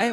哎，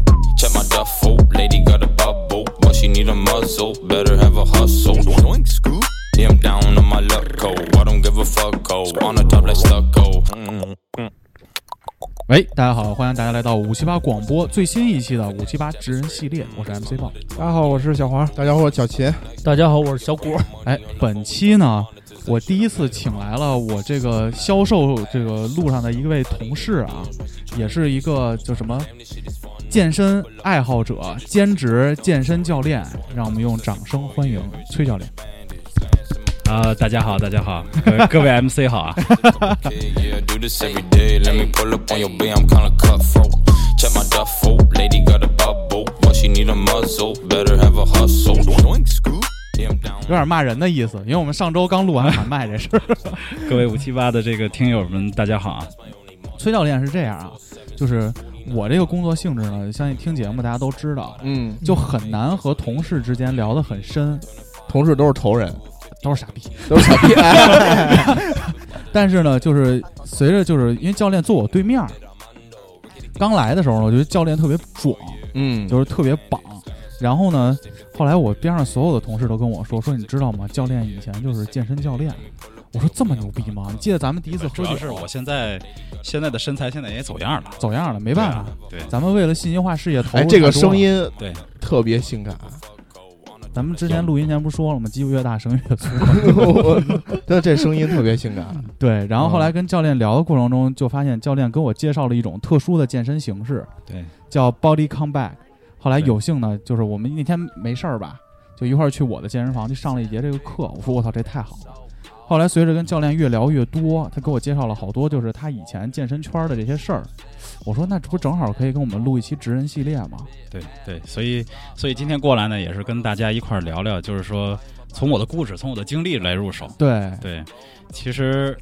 Check my duffel. Lady got a bubble, but she need a muzzle. Better have a hustle. Yeah, I'm down on my luck, oh. I don't give a fuck, oh. On the top like stucco. Mm. 喂，大家好，欢迎大家来到五七八广播最新一期的五七八职人系列，我是 MC 豹。大家好，我是小黄。大家好，我是小秦。大家好，我是小果。哎，本期呢，我第一次请来了我这个销售这个路上的一位同事啊，也是一个叫什么健身爱好者、兼职健身教练，让我们用掌声欢迎崔教练。啊，大家好，大家好，呃各位 MC 好啊。 Yeah, I do this every day. Let me pull up on your bay. I'm kinda cutthroat. Check my duffel. Lady got a bubble, but she need a muzzle. Better have a hustle. Yeah, I'm down. 有点骂人的意思，因为我们上周刚录完喊麦这事儿。各位五七八的这个听友们，大家好啊。崔教练是这样啊，就是我这个工作性质呢，相信听节目大家都知道，嗯，就很难和同事之间聊得很深，同事都是仇人，都是傻逼。都是傻 逼。哎但是呢，就是随着就是因为教练坐我对面儿，刚来的时候呢，我觉得教练特别壮，嗯，就是特别棒。然后呢，后来我边上所有的同事都跟我说说，你知道吗？教练以前就是健身教练。我说这么牛逼吗？你记得咱们第一次主喝要酒是我现在现在的身材现在也走样了，走样了，没办法，对啊，咱们为了信息化事业投哎，入。这个声，音对对，特别性感。啊咱们之前录音前不是说了吗？鸡巴越大声越粗。但 这声音特别性感。啊 对，然后后嗯来跟教练聊的过程中，就发现教练跟我介绍了一种特殊的健身形式，对，叫 Body Comeback。后来对有幸呢，就是我们那天没事儿吧，就一块儿去我的健身房去上了一节这个课。我说我操，这太好了。后来随着跟教练越聊越多，他给我介绍了好多就是他以前健身圈的这些事儿。我说那这不正好可以跟我们录一期职人系列吗？对对，所以所以今天过来呢，也是跟大家一块儿聊聊，就是说从我的故事，从我的经历来入手。对，对，其实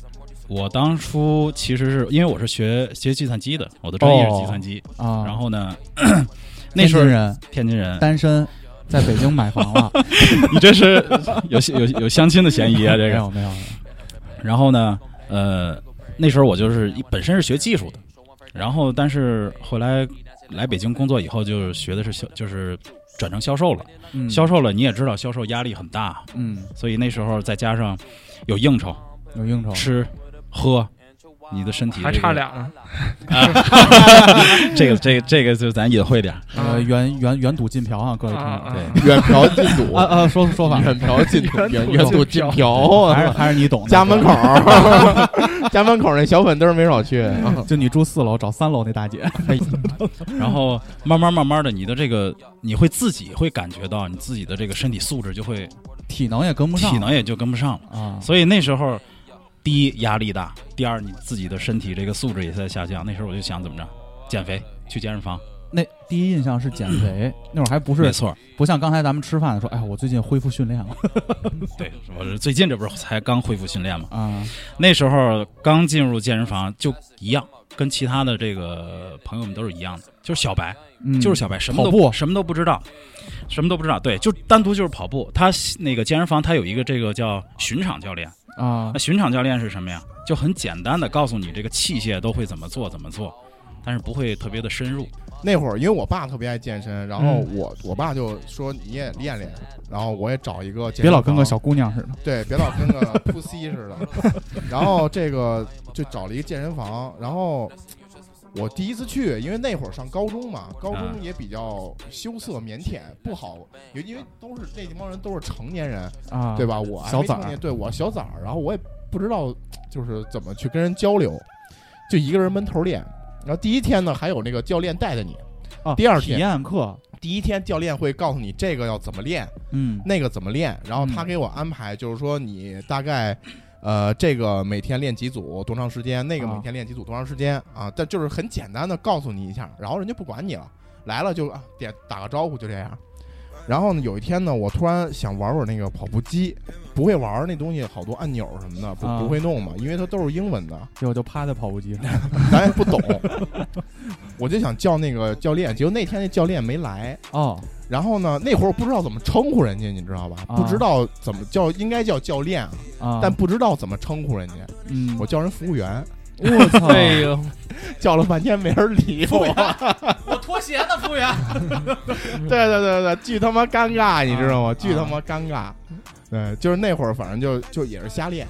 我当初其实是因为我是学学计算机的，我的专业是计算机。啊，然后呢， 那天津时候嗯人哦天津人，单身，在北京买房 了，你这是有有有相亲的嫌疑啊，这没个。有没有，没有然后呢，呃，那时候我就是本身是学技术的，然后但是后来来北京工作以后，就是学的是销，就是转成销售了。嗯销售了你也知道，销售压力很大，嗯所以那时候再加上有应酬、有应酬，吃、喝。你的身体还这个差俩啊呢， 这个这个这个就咱隐晦点儿，呃，原原原赌禁嫖啊，各位听啊众。对，远嫖近赌 啊，啊，说说法，远嫖近赌，远远赌远赌近近嫖嫖还是啊！还是你懂的。家门口儿，家门口儿那小粉灯儿没少去。对，就你住四楼，找三楼那大姐。 然后慢慢慢慢的，你的这个你会自己会感觉到你自己的这个身体素质就会体能也跟不上，体能也就跟不上了。啊，所以那时候，第一压力大，第二你自己的身体这个素质也在下降。那时候我就想怎么着，减肥，去健身房。那第一印象是减肥，那会儿还不没是错，不像刚才咱们吃饭的说，哎，我最近恢复训练了对我是最近这不是才刚恢复训练嘛？ 啊，那时候刚进入健身房就一样，跟其他的这个朋友们都是一样的，就是小白，嗯就是小白，什么都跑步什么都不知道，什么都不知道。对，就单独就是跑步。他那个健身房他有一个这个叫巡场教练，啊那巡场教练是什么呀？就很简单的告诉你这个器械都会怎么做怎么做，但是不会特别的深入。那会儿因为我爸特别爱健身，然后我我爸就说你也练练，然后我也找一个健身别老跟房个小姑娘似的。对，别老跟个 p 西似的。然后这个就找了一个健身房，然后我第一次去，因为那会儿上高中嘛，高啊中也比较羞涩腼腆，不好，因为因为都是那帮人都是成年人，啊，对？吧？我还小没崽儿成年对我小崽儿，然后我也不知道就是怎么去跟人交流，就一个人闷头练。然后第一天呢，还有那个教练带着你。啊，第二体天验课，第一天教练会告诉你这个要怎么练，嗯那个怎么练，然后他嗯给我安排，就是说你大概，呃，这个每天练几组多长时间，那个啊每天练几组多长时间啊？但就是很简单的告诉你一下，然后人家不管你了，来了就啊点打个招呼就这样。然后呢，有一天呢，我突然想玩玩那个跑步机，不会玩儿那东西，好多按钮什么的不啊不会弄嘛，因为它都是英文的，结果就趴在跑步机上，咱也不懂。我就想叫那个教练，结果那天那教练没来。哦，然后呢，那会儿我不知道怎么称呼人家，你知道吧？啊不知道怎么叫，应该叫教练啊，啊，但不知道怎么称呼人家。嗯，我叫人服务员，我操，哎呦，叫了半天没人理我。 我脱鞋呢，服务员。对对对对，巨他妈尴尬，你知道吗？巨他妈尴尬。对，就是那会儿，反正就就也是瞎练。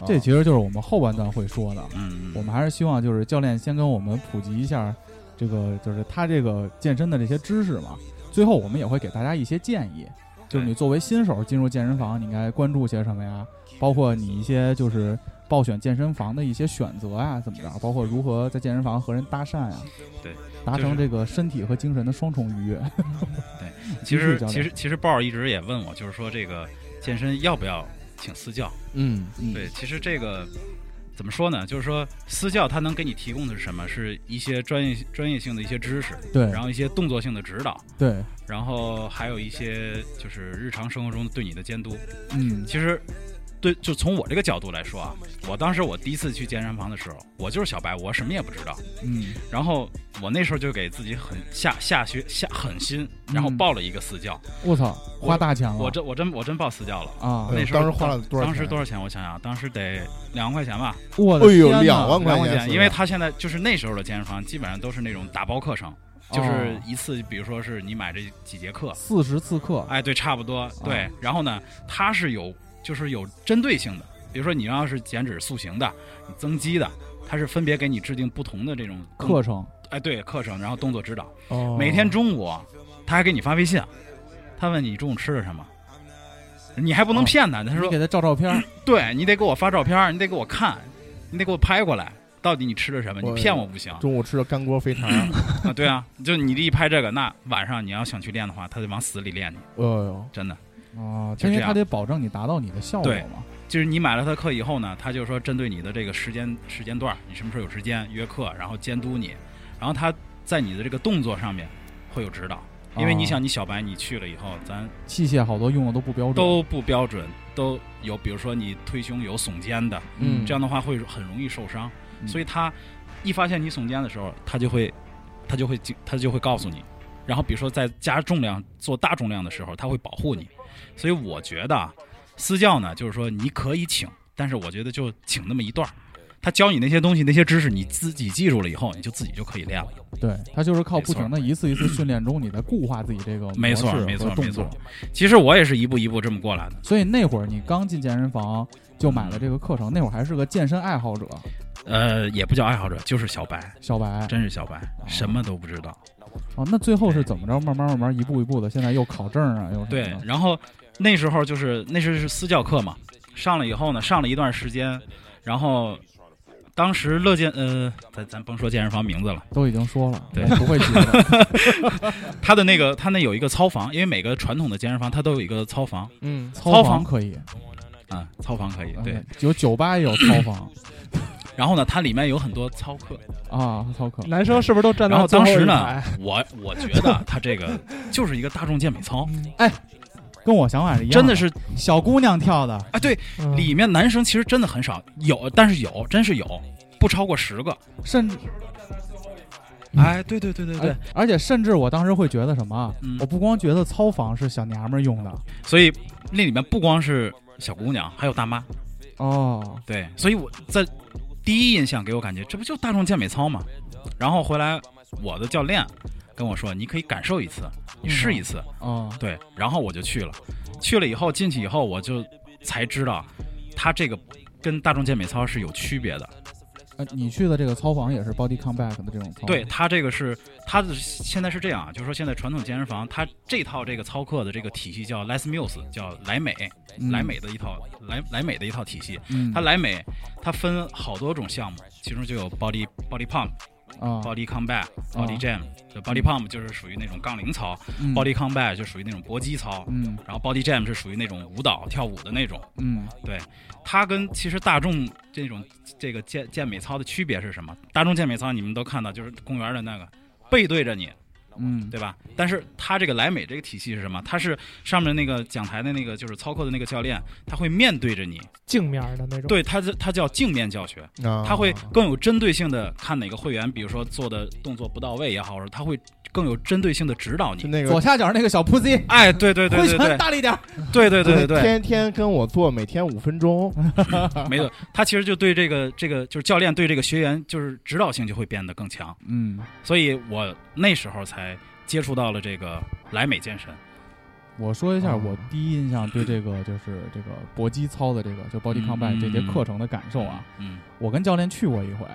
啊这其实就是我们后半段会说的，啊嗯，我们还是希望就是教练先跟我们普及一下这个就是他这个健身的这些知识嘛，最后我们也会给大家一些建议，就是你作为新手进入健身房，你应该关注些什么呀？包括你一些就是报选健身房的一些选择啊，怎么着？包括如何在健身房和人搭讪呀、对，达成这个身体和精神的双重愉悦。继其续实教练其实其实鲍尔一直也问我，就是说这个健身要不要请私教？ 嗯，对，其实这个怎么说呢？就是说私教它能给你提供的是什么？是一些专业专业性的一些知识，对然后一些动作性的指导，对，然后还有一些就是日常生活中对你的监督。嗯其实。对，就从我这个角度来说啊，我当时我第一次去健身房的时候，我就是小白，我什么也不知道。嗯然后我那时候就给自己很下下学下狠心，然后嗯报了一个私教。我操，花大钱了，我真我真我真报私教了。啊！嗯哦哎呦那时候当时花了多少当时钱啊多少钱？我想想，当时得两万块钱吧，我的哎呦天，哪两万两块万块钱，钱。因为他现在就是那时候的健身房，基本上都是那种打包课程，哦就是一次，比如说是你买这几节课，四十次课，哎，对，差不多，对。然后呢，它是有就是有针对性的，比如说你要是减脂塑形的，你增肌的，它是分别给你制定不同的这种动课，程，哎，对，课程，然后动作指导。哦嗯每天中午，他还给你发微信，他问你中午吃了什么，你还不能骗他，他你说给他照照片 儿，对你得给我发照片儿，你得给我看，你得给我拍过来，到底你吃的什么？你我骗我不行中午吃的干锅肥肠，啊！对啊，就你这一拍这个，那晚上你要想去练的话，他得往死里练你，哎呦，真的。啊，就因为这样他得保证你达到你的效果对嘛。就是你买了他的课以后呢，他就说针对你的这个时间时间段儿，你什么时候有时间约课，然后监督你，然后他在你的这个动作上面会有指导，因为你哦想你小白你去了以后，咱器械好多用的都不标准，都不标准，都有，比如说你推胸有耸肩的，嗯这样的话会很容易受伤。嗯所以他一发现你耸肩的时候，他就会，他就会警，他就会告诉你。然后比如说在加重量做大重量的时候，他会保护你。所以我觉得啊，私教呢，就是说你可以请，但是我觉得就请那么一段儿。他教你那些东西、那些知识，你自己记住了以后，你就自己就可以练了。对，他就是靠不没错停的一次一次训练中，你在固化自己这个模没错式没错和动没错作。其实我也是一步一步这么过来的。所以那会儿你刚进健身房就买了这个课程，那会儿还是个健身爱好者，呃，也不叫爱好者，就是小白。小白真是小白，哦什么都不知道。哦，那最后是怎么着？慢慢慢慢一步一步的，现在又考证啊，又什么的对，然后那时候就是那时候是私教课嘛，上了以后呢，上了一段时间，然后当时乐健呃，咱咱甭说健身房名字了，都已经说了，对我不会记 得他的那个他那有一个操房，因为每个传统的健身房它都有一个操房嗯，操操房房可以，啊，操房可以对嗯。，有酒吧也有操房然后呢，它里面有很多操课，啊，操课男生是不是都站然到后当最时后一呢排？，我我觉得它 这个就是一个大众健美操，跟我想法是一样，真的是小姑娘跳的，啊，对，嗯里面男生其实真的很少，有但是有，真是有，不超过十个。甚至哎，对对对对对而，而且甚至我当时会觉得什么啊嗯，我不光觉得操房是小娘们儿用的所以那里面不光是小姑娘，还有大妈。哦，对，所以我在第一印象给我感觉，这不就大众健美操吗？然后回来我的教练跟我说，你可以感受一次，你试一次。哦，对，然后我就去了，去了以后进去以后，我就才知道，它这个跟大众健美操是有区别的。呃你去的这个操房也是 body comeback 的这种操，对，，它这个是它的现在是这样啊，就是说现在传统健身房它这套这个操课的这个体系叫 Les Mills，叫莱美，嗯莱美的一套莱莱美的一套体系。嗯它莱美，它分好多种项目，其中就有 body body pump、啊 body combat、body jam。就 body pump 就是属于那种杠铃操、哦嗯 b o d y combat 就属于那种搏击操，嗯然后 body jam 是属于那种舞蹈跳舞的那种。嗯对，它跟其实大众这种这个健健美操的区别是什么？大众健美操你们都看到，就是公园的那个背对着你，嗯，对吧？但是他这个莱美这个体系是什么？他是上面那个讲台的那个就是操课的那个教练，他会面对着你， 镜面儿的那种。，对他他叫镜面教学，啊他会哦更有针对性的看哪个会员，比如说做的动作不到位也好，他会更有针对性的指导就你。那个左下角那个小扑 u 哎，对对对挥对拳对大力点儿，对对 对对就那对，天天跟我做每天五分钟，啊没错，他其实就对这个这个就是教练对这个学员就是指导性就会变得更强，嗯，所以我那时候才接触到了这个莱美健身。我说一下啊哦我第一印象对这个就是这个搏击操的这个就 body 嗯 combat 嗯这节嗯课程的感受啊，嗯，我跟教练去过一回，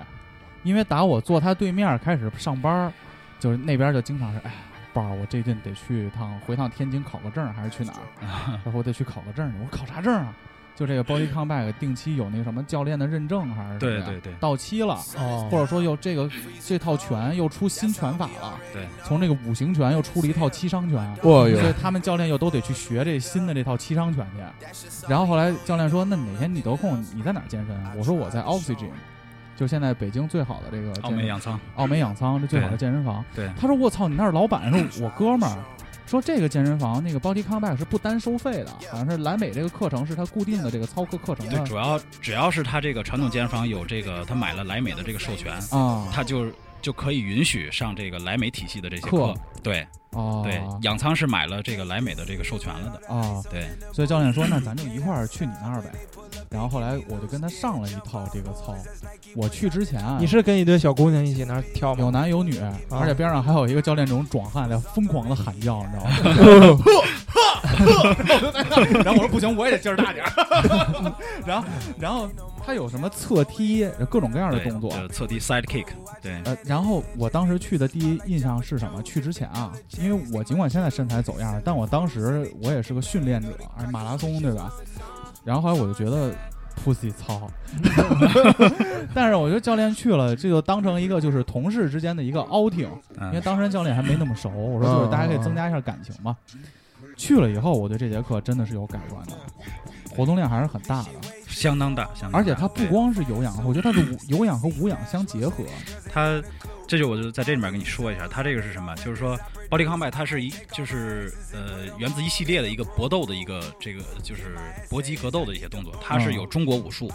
因为打我坐他对面开始上班儿，就是那边就经常是哎。宝儿，我这阵得去一趟，回趟天津考个证儿，还是去哪儿？ 然后我得去考个证儿去。我说考啥证儿啊？就这个 body combat 定期有那什么教练的认证还是什么对呀对对到期了，哦或者说又这个这套拳又出新拳法了，对，从这个五行拳又出了一套七伤拳，哦所以他们教练又都得去学这新的这套七伤拳去。然后后来教练说：“那哪天你得空，你在哪儿健身啊？”我说：“我在 Oxygen，就现在北京最好的这个奥健美身养嗯仓，奥美养仓这最好的对健身房。”对他说：“我操，你那是老板？”说：“我哥们儿。”说这个健身房那个 Body Combat 是不单收费的，好像是蓝美这个课程是他固定的这个操课课程对，的主要只要是他这个传统健身房有这个，他买了莱美的这个授权，啊他就就可以允许上这个莱美体系的这些课课。对哦对，养仓是买了这个莱美的这个授权了的。啊，对，所以教练说：“那咱就一块儿去你那儿呗。”然后后来我就跟他上了一套这个操。我去之前啊，你是跟啊一堆小姑娘一起那儿跳有吗？男有女，而且边上还有一个教练这种壮汉在疯狂的喊叫，你知道吗？ 然后我说不行，我也得劲儿大点儿。 然后，然后他有什么侧踢，各种各样的对动作。就侧踢 side kick，对，呃，然后我当时去的第一印象是什么？去之前啊，因为我尽管现在身材走样儿，但我当时我也是个训练者，而马拉松对吧？然后后来我就觉得 pussy 操， 但是我觉得教练去了，这就当成一个就是同事之间的一个 outing，因呃为嗯，当时教练还没那么熟，我说就是大家可以增加一下感情嘛。去了以后，我对这节课真的是有改观的，活动量还是很大的，相当大，相当大。而且它不对光是有氧，我觉得它的无有氧和无氧相结合。它这就我就在这里面跟你说一下，它这个是什么？就是说，暴力康拜它是一就是呃源自一系列的一个搏斗的一个这个就是搏击格斗的一些动作，它是有中国武术、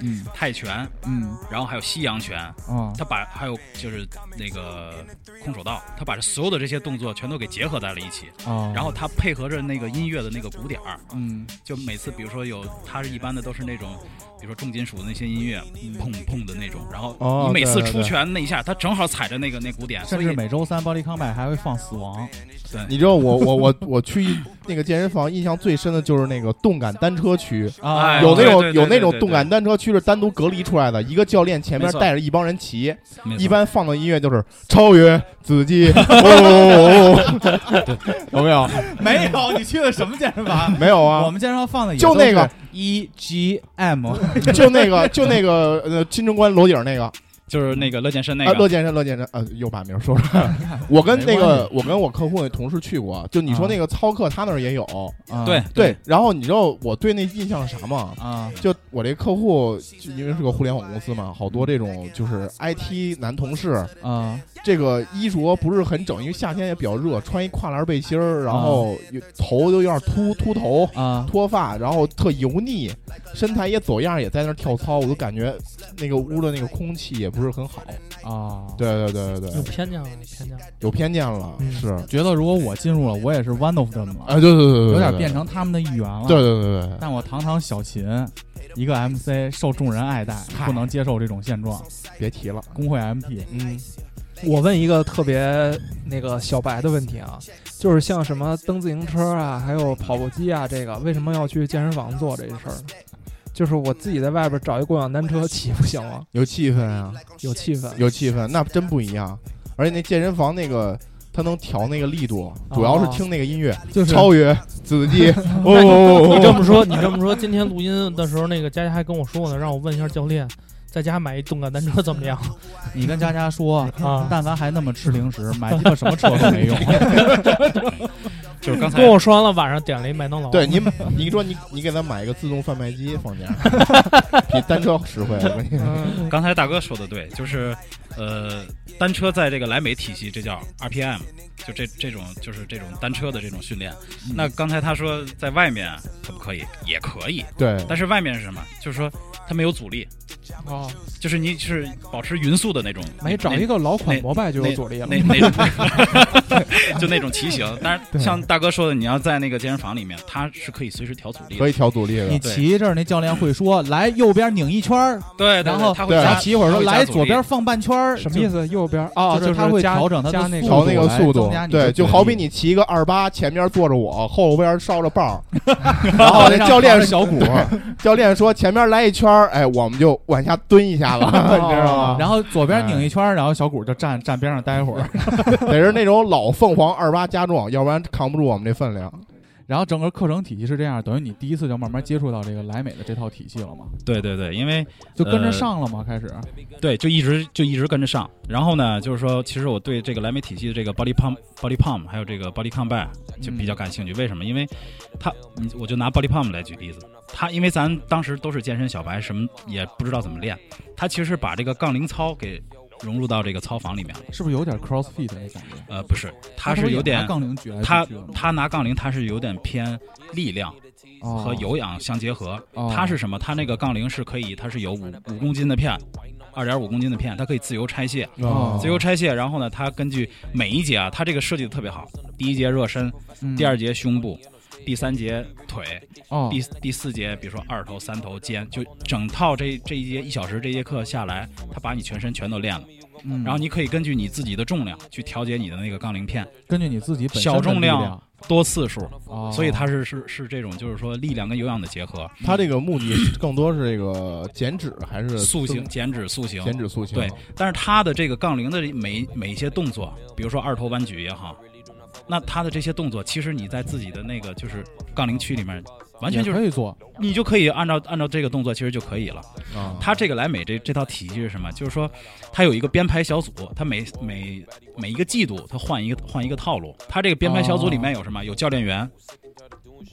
嗯泰拳，嗯然后还有西洋拳，啊它把还有就是那个空手道，它把这所有的这些动作全都给结合在了一起。啊，然后它配合着那个音乐的那个鼓点儿，嗯就每次比如说有，它是一般的都是那种，比如说重金属的那些音乐，嗯砰砰的那种。然后哦你每次对对出对拳那一下，它正好踩着那个那鼓点，甚所以至每周三 Body Combat 还会放死亡， 你知道我我我我去那个健身房，印象最深的就是那个动感单车区，啊哎有那对种对对有那种对对动感单车区是单独隔离出来的，一个教练前面没错带着一帮人骑，没错一般放的音乐就是超越自己，哦哦哦哦有没有？ 没有，你去的什么健身房？没有我 啊，们健身房放的也就那个 E G M， 就那个就那个呃金城关楼顶那个，就是那个乐健身那啊，乐个，健身，乐健身，呃，又把名儿说出来了。我跟那没关个，我跟我客户那同事去过，就你说那个操课，他那儿也有。啊对对，然后你知道我对那印象是啥吗？啊就我这客户，就因为是个互联网公司嘛，好多这种就是 IT 男同事，啊这个衣着不是很整，因为夏天也比较热，穿一跨栏背心儿，然后啊有头都有点秃秃头。啊脱发，然后特油腻，身材也走样，也在那儿跳操，我就感觉那个屋的那个空气也不是很好。啊！对对对对对有，偏见了，有偏见了。有偏见了，嗯是啊，觉得如果我进入了，我也是 one of them 了，对对对对，有点变，成他们的一员了。对对对对对，但我堂堂小秦，一个 MC 受众人爱戴，不能接受这种现状。别提了，工会 MP 嗯，我问一个特别那个小白的问题啊，就是像什么蹬自行车啊，还有跑步机啊，这个为什么要去健身房做这事儿呢？就是我自己在外边找一共享单车 骑不行吗？有气氛啊，有气氛。有气氛，那真不一样，而且那健身房那个。它能调那个力度，主要是听那个音乐，就是超越自己。哦哦你哦这哦么说，你这么说，今天录音的时候，那个佳佳还跟我说呢，让我问一下教练，在家买一动感单车怎么样你跟佳 佳说，啊？但凡还那么吃零食，买鸡巴什么车都没用。就是刚才跟我说完了，晚上点了一麦当劳。对，您，你说你你给他买一个自动贩卖机放家，比单车实惠。我跟你说，嗯刚才大哥说的对，就是呃，单车在这个莱美体系，这叫 RPM，就这这种就是这种单车的这种训练。嗯那刚才他说在外面可不可以？也可以，对，但是外面是什么？就是说它没有阻力，哦，就是你是保持匀速的那种。没找一那个老款摩拜就有阻力了。那那种，就 那种骑行。但是像大哥说的，你要在那个健身房里面，它是可以随时调阻力的。可以调阻力你的。骑一阵儿，那教练会说：“来，右边拧一圈儿，对，对然后对它会对然加后骑一会儿它说会加来，阻左力边放半圈儿。”什么意？思？右边哦哦，，就是是它会加调整它加的那个速调那个来速度增加你对，的就阻好力哦比你骑一个二八，前面坐着我，后边烧着棒儿，然后那上教练扛着小鼓，教练说前面来一圈儿，哎，我们就往下蹲一下子，你知道吗？然后左边拧一哎圈儿，然后小谷就站站边上待会 儿， 得是那种老凤凰二八加重，要不然扛不住我们这分量。然后整个课程体系是这样，等于你第一次就慢慢接触到这个莱美的这套体系了嘛，对对对，因为就跟呃着上了嘛，开始对，就一直就一直跟着上。然后呢，就是说，其实我对这个莱美体系的这个 body pump、body pump 还有这个 body combat 嗯就比较感兴趣。为什么？因为它，你我就拿 body pump 来举例子。它因为咱当时都是健身小白，什么也不知道怎么练。它其实是把这个杠铃操给融入到这个操房里面了。是不是有点 CrossFit 的感觉？呃，不是，它不是有也拿点，杠铃举来它举去的吗它拿杠铃，它是有点偏力量哦和有氧相结合。哦它是什么？它那个杠铃是可以，它是有五五公斤的片，二点五公斤的片，它可以自由拆卸。哦自由拆卸，然后呢，它根据每一节啊，它这个设计的特别好。第一节热身，嗯第二节胸部，第三节腿，哦第第四节比如说二头、三头、肩，就整套这这一节一小时这节课下来，它把你全身全都练了。嗯然后你可以根据你自己的重量去调节你的那个杠铃片根据你自己本身小的重力量量，多次数，哦所以它是是是这种就是说力量跟有氧的结合，他这个目的更多是这个减脂还是塑形、减脂、塑形。减脂塑形？对，但是它的这个杠铃的每每一些动作，比如说二头弯举也好，那它的这些动作，其实你在自己的那个就是杠铃区里面，完全就也是可以做，你就可以按照按照这个动作其实就可以了。啊，它这个莱美这这套体系是什么？就是说，它有一个编排小组，它每每每一个季度它换一个换一个套路。它这个编排小组里面有什么？有教练员。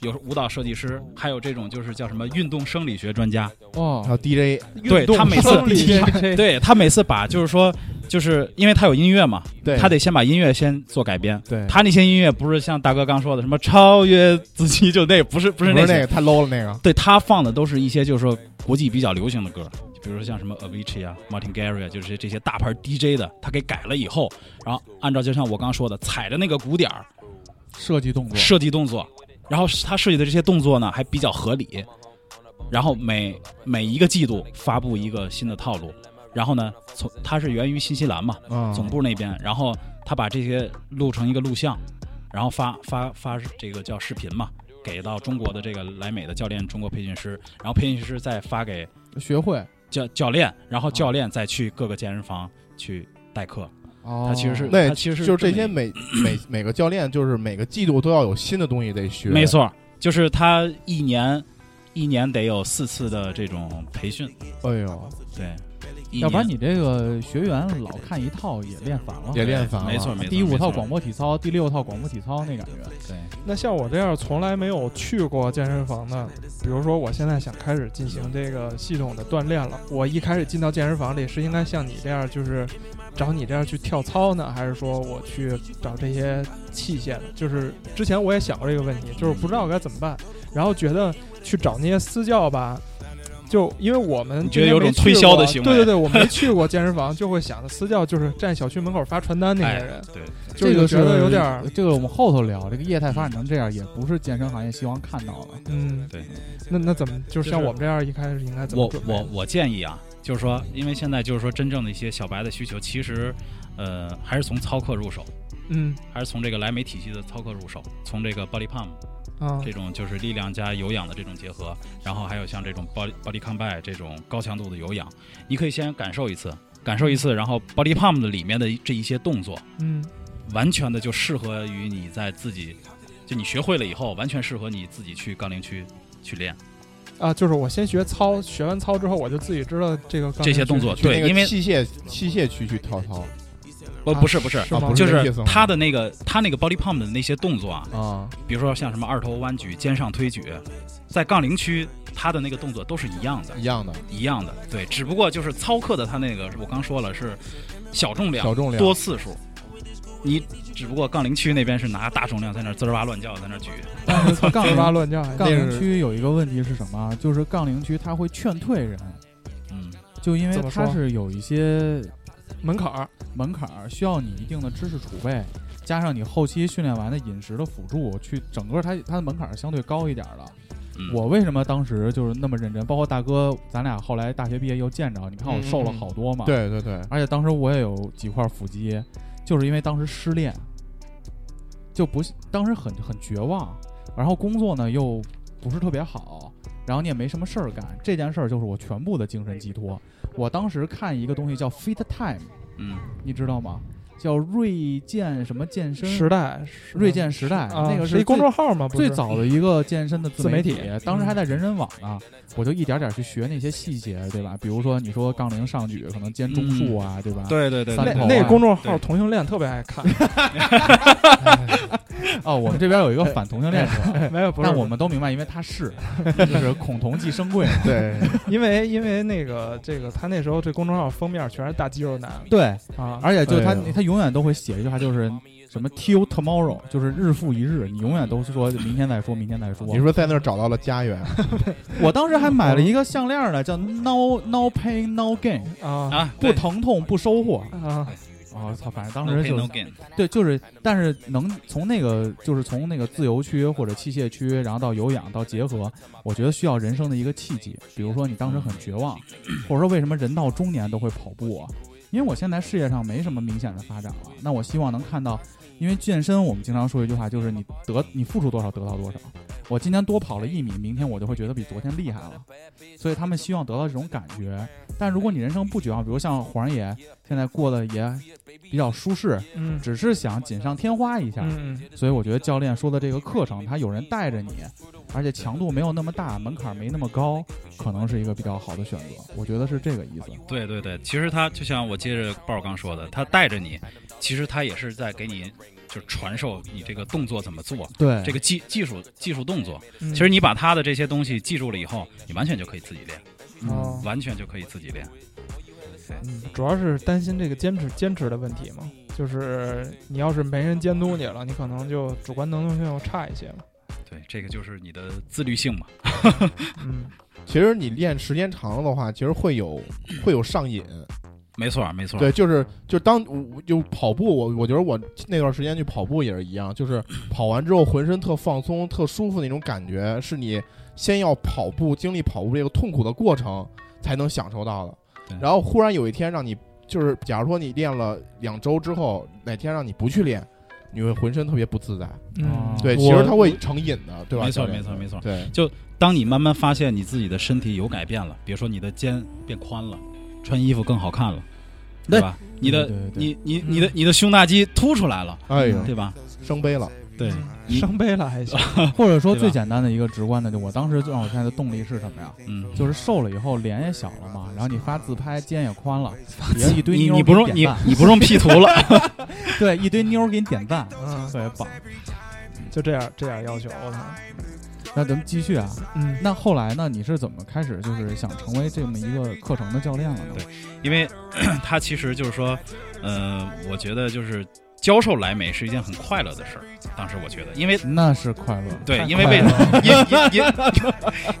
有舞蹈设计师，还有这种就是叫什么运动生理学专家，还哦有 DJ 对他每次生理这 对他每次把就是说，就是因为他有音乐嘛， 对他得先把音乐先做改编。对他那些音乐不是像大哥刚说的什么超越自己，就那不是不不是是那那些。个太 low 了那个。对他放的都是一些就是说国际比较流行的歌，比如说像什么 Avicii 啊、Martin Garrix 啊，就是这这些大牌 DJ 的，他给改了以后，然后按照就像我刚说的，踩着那个鼓点儿设计动作，设计动作，然后他设计的这些动作呢还比较合理，然后每每一个季度发布一个新的套路，然后呢，从它是源于新西兰嘛，嗯，总部那边，然后他把这些录成一个录像，然后发发发这个叫视频嘛，给到中国的这个莱美的教练、中国培训师，然后培训师再发给学会，教教练，然后教练再去各个健身房去代课。哦他其实是那他其实是就是这么些一每每每个教练，就是每个季度都要有新的东西得学。没，错，就是他一年一年得有四次的这种培训，哎呦，对，一要不然年你这个学员老看一套也练烦了。也练烦了。没错没错，第五没套错广播体操，第六套广播体操那感觉，对，那像我这样从来没有去过健身房的，比如说我现在想开始进行这个系统的锻炼了，我一开始进到健身房里是应该像你这样，就是找你这样去跳操呢，还是说我去找这些器械呢？就是之前我也想过这个问题，就是不知道该怎么办，然后觉得去找那些私教吧。就因为我们你觉得有种之前没去推销的过啊行为对对对，我没去过健身房，就会想着私教就是站小区门口发传单那哎些人，对，就是个觉得有点儿是这个我们后头聊，这个业态发展成这样，也不是健身行业希望看到的。嗯，对。那那怎么就是像就是我们这样一开始应该怎么我准备我我建议啊，就是说，因为现在就是说，真正的一些小白的需求，其实，呃，还是从操课入手，嗯还是从这个莱美体系的操课入手，从这个 body pump 啊这种就是力量加有氧的这种结合，然后还有像这种 body body combat 这种高强度的有氧，你可以先感受一次，感受一次，然后 body pump 的里面的这一些动作，嗯完全的就适合于你在自己，就你学会了以后，完全适合你自己去杠铃区去练啊，就是我先学操，学完操之后我就自己知道这个杠这些铃动是作，去那对，个因为器械器械区去跳操，不呃不是不是，啊，不就这是意思吗他的那个他那个 body pump 的那些动作啊，啊比如说像什么二头弯举、肩上推举，在杠铃区他的那个动作都是一样的，一样的一样的。对，只不过就是操课的他那个，我刚说了是小重量、小重量啊多次数。你只不过杠铃区那边是拿大重量在那儿滋儿哇乱叫，在那儿举，杠嗯铃 铃吧乱叫，杠那铃是区有一个问题是什么啊？就是杠铃区它会劝退人，嗯，就因为怎么它说是有一些门槛儿门槛儿，需要你一定的知识储备，加上你后期训练完的饮食的辅助，去整个它它的门槛儿相对高一点儿了。嗯我为什么当时就是那么认真？包括大哥，咱俩后来大学毕业又见着，你看我嗯瘦了嗯嗯好多嘛。。对对对，而且当时我也有几块腹肌，就是因为当时失恋，就不当时很很绝望，然后工作呢又不是特别好，然后你也没什么事儿干，这件事儿就是我全部的精神寄托。我当时看一个东西叫 Fit Time，嗯，你知道吗？叫锐健什么健身，时代，是吧锐健时代、啊，那个是一最公众号嘛，不最是早的一个健身的自媒体，嗯自媒体当时还在人人网呢，我就一点点去学那些细节，对吧？比如说你说杠铃上举，可能肩中束啊，对吧？对对对三对那头啊那个公众号对同性恋特别爱看，哦，我们这边有一个反 同性恋者， 没有不是但我们都明白，因为他是，就是恐同寄生贵嘛。对， 因为因为那个这个他那时候这公众号封面全是大肌肉男 对，啊，而且就他、哎呦他永远都会写一句话，就是什么 till tomorrow，就是日复一日，你永远都是说明天再说，明天再说。你说在那儿找到了家园，我当时还买了一个项链呢，叫 no no pain no gain，啊啊，不疼痛不收获。啊，啊，操，反正当当时时就 no gain，对，就是，但是能从那个，就是从那个自由区或者器械区，然后到有氧到结合，我觉得需要人生的一个契机。比如说你当时很绝望，或者说为什么人到中年都会跑步啊？因为我现在事业上没什么明显的发展了，那我希望能看到，因为健身我们经常说一句话，就是你得你付出多少得到多少。我今天多跑了一米，明天我就会觉得比昨天厉害了，所以他们希望得到这种感觉。但如果你人生不绝望，比如像黄爷现在过得也比较舒适，嗯只是想锦上添花一下。嗯，所以我觉得教练说的这个课程，他有人带着你，而且强度没有那么大，门槛没那么高，可能是一个比较好的选择。我觉得是这个意思。对对对，其实他就像我接着豹儿刚说的，他带着你，其实他也是在给你就传授你这个动作怎么做，对这个技技术技术动作。嗯其实你把他的这些东西记住了以后，你完全就可以自己练，哦，完全就可以自己练。嗯，主要是担心这个坚持坚持的问题嘛，就是你要是没人监督你了，你可能就主观能动性又差一些了，对，这个就是你的自律性嘛。嗯，其实你练时间长了的话，其实会有嗯会有上瘾。没错儿，没错儿。对，就是就当我就跑步，我我觉得我那段时间去跑步也是一样，就是跑完之后浑身特放松、特舒服那种感觉，是你先要跑步经历跑步这个痛苦的过程才能享受到的对。然后忽然有一天让你就是，假如说你练了两周之后，哪天让你不去练，你会浑身特别不自在。哦嗯，对，我其实它会成瘾的，对吧？啊没教错练没错没错对，当你慢慢发现你自己的身体有改变了，比如说你的肩变宽了，穿衣服更好看了，对吧？你的对对对你你你的你的胸大肌凸出来了，哎呦，对吧？生悲了。对，嗯你伤悲了还 行，啊或者说对吧最简单的一个直观的，就我当时就让我现在的动力是什么 呀？嗯，就是瘦了以后脸也小了嘛，然后你发自拍肩也宽 了，也一堆你妞你儿不给用点你赞，你不用 P 图了， 对一堆妞儿给你点赞，嗯，特别棒。就这样这样要求，我操，那咱们继续啊，嗯，那后来呢？你是怎么开始就是想成为这么一个课程的教练了呢？对因为 它其实就是说，呃，我觉得就是教授莱美是一件很快乐的事儿。当时我觉得，因为那是快乐，对太，因为快为乐什了么？因因因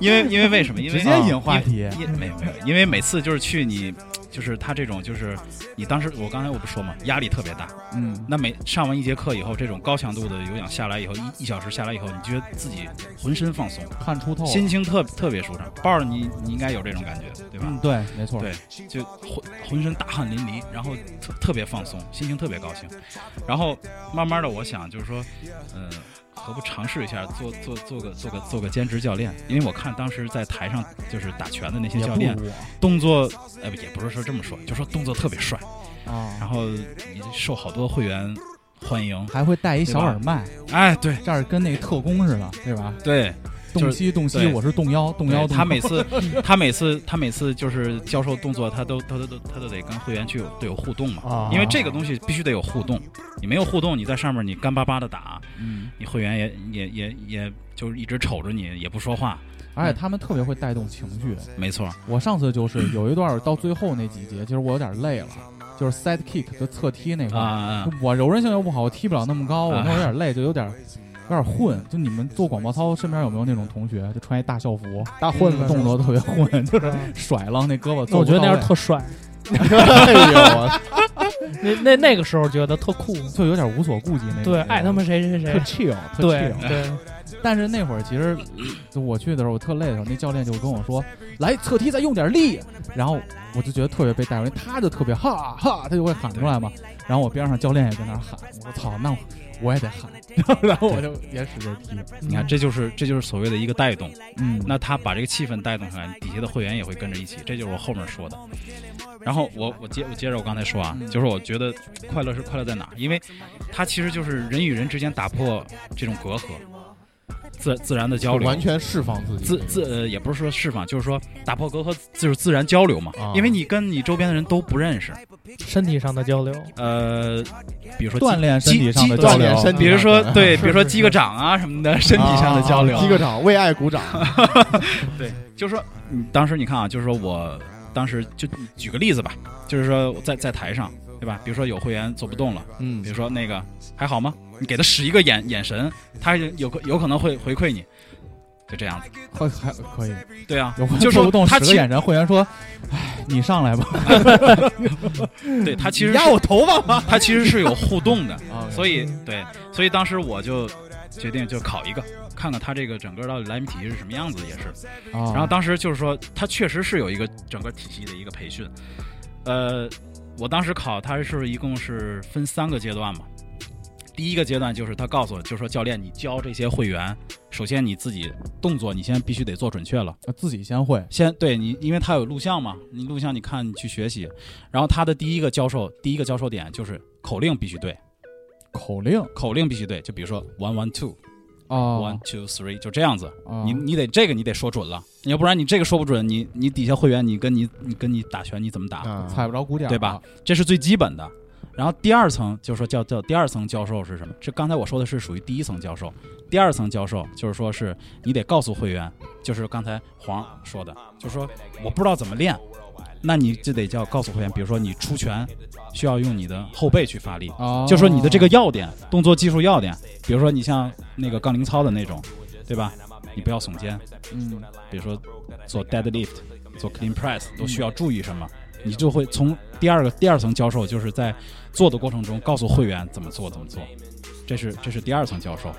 因为因为为什么？因为啊直接引话题因没有没有，因为每次就是去你，就是他这种就是你当时我刚才我不说嘛，压力特别大。嗯，那每上完一节课以后，这种高强度的有氧下来以后，一一小时下来以后，你觉得自己浑身放松，看出透了，心情特特别舒畅。豹儿，你你应该有这种感觉，对吧？嗯，对，没错，对就浑浑身大汗淋漓，然后特特别放松，心情特别高兴。然后慢慢的，我想就是说，嗯、何不尝试一下做做做个做个做个兼职教练？因为我看当时在台上就是打拳的那些也教不练，如动作呃也不是说这么说，就说动作特别帅，我哦啊，然后也受好多会员欢迎。还会带一对小吧耳麦，哎，对这儿跟那个特工似的，对吧？对，洞悉洞悉，对我是动腰动腰动腰。对他每次 他每次他每次就是教授动作，他都他都他都得跟会员去有得有互动嘛，啊，因为这个东西必须得有互动，你没有互动，你在上面你干巴巴的打，嗯，你会员也也也也就是一直瞅着你也不说话，而且他们特别会带动情绪。没错，我上次就是有一段儿到最后那几节，其实我有点累了，就是 side kick 就侧踢那块儿，啊，我柔韧性又不好，我踢不了那么高，我啊那有点累，就有点有点混。就你们做广播操，身边有没有那种同学就穿一大校服，大混子动作特别混， 就是嗯 甩浪那胳膊那做不我觉到位？得那样特帅，哎呦， 我那那那个时候觉得特酷，就有点无所顾忌那种。对，爱他们谁谁特谁， chill，特对 chill。对，但是那会儿其实，就我去的时候，我特累的时候，那教练就跟我说：“来侧踢，再用点力。”然后我就觉得特别被带入，他就特别哈哈，他就会喊出来嘛。然后我边上教练也在那儿喊，我说：“操，那我我也得喊。”然后我就也使劲踢。你看这就是这就是所谓的一个带动，嗯，那他把这个气氛带动上来，底下的会员也会跟着一起，这就是我后面说的。然后我我接我接着我刚才说嗯啊，就是我觉得快乐是快乐在哪儿？因为它其实就是人与人之间打破这种隔阂，自自然的交流，完全释放自己，自自呃也不是说释放，就是说打破隔阂就是自然交流嘛啊。因为你跟你周边的人都不认识， 身体上的交流，呃，比如说锻炼身体上的肌交流锻炼，身体，比如说对，是比 如说是击个掌啊什么的，身体上的交流啊，击个掌，为爱鼓掌。对，就是说，你当时你看啊，就是说我当时就举个例子吧，就是说我在在台上，对吧？比如说有会员走不动了，嗯比如说那个还好吗？你给他使一个眼眼神，他有可有可能会回馈你，就这样子。会还可以。对啊有会，员就是做不动他十其个实眼神，会员说：“哎，你上来吧。对他其实你压是我头发吗 他其实是有互动的，啊所以对，所以当时我就决定就考一个，看看他这个整个到底莱米体系是什么样子，也是。”啊，然后当时就是说，他确实是有一个整个体系的一个培训。呃，我当时考他是一共是分三个阶段嘛。第一个阶段就是他告诉我，就是说教练，你教这些会员，首先你自己动作，你先必须得做准确了。自己先会先对你，因为他有录像嘛，你录像你看你去学习。然后他的第一个教授，第一个教授点就是口令必须对，口令口令必须对，就比如说 one one two 啊 one，two three 就这样子。啊你你得这个你得说准了，要不然你这个说不准，你你底下会员你跟你你跟你打拳你怎么打？啊踩不着鼓点儿对吧了？这是最基本的。然后第二层就是说叫叫第二层教授是什么？这刚才我说的是属于第一层教授，第二层教授就是说是你得告诉会员，就是刚才黄说的，就是说我不知道怎么练，那你就得叫告诉会员，比如说你出拳需要用你的后背去发力，啊，就说你的这个要点，动作技术要点，比如说你像那个杠铃操的那种，对吧？你不要耸肩，嗯比如说做 deadlift、做 clean press 嗯都需要注意什么，你就会从第二个第二层教授，就是在做的过程中告诉会员怎么做怎么做，这是这是第二层教授。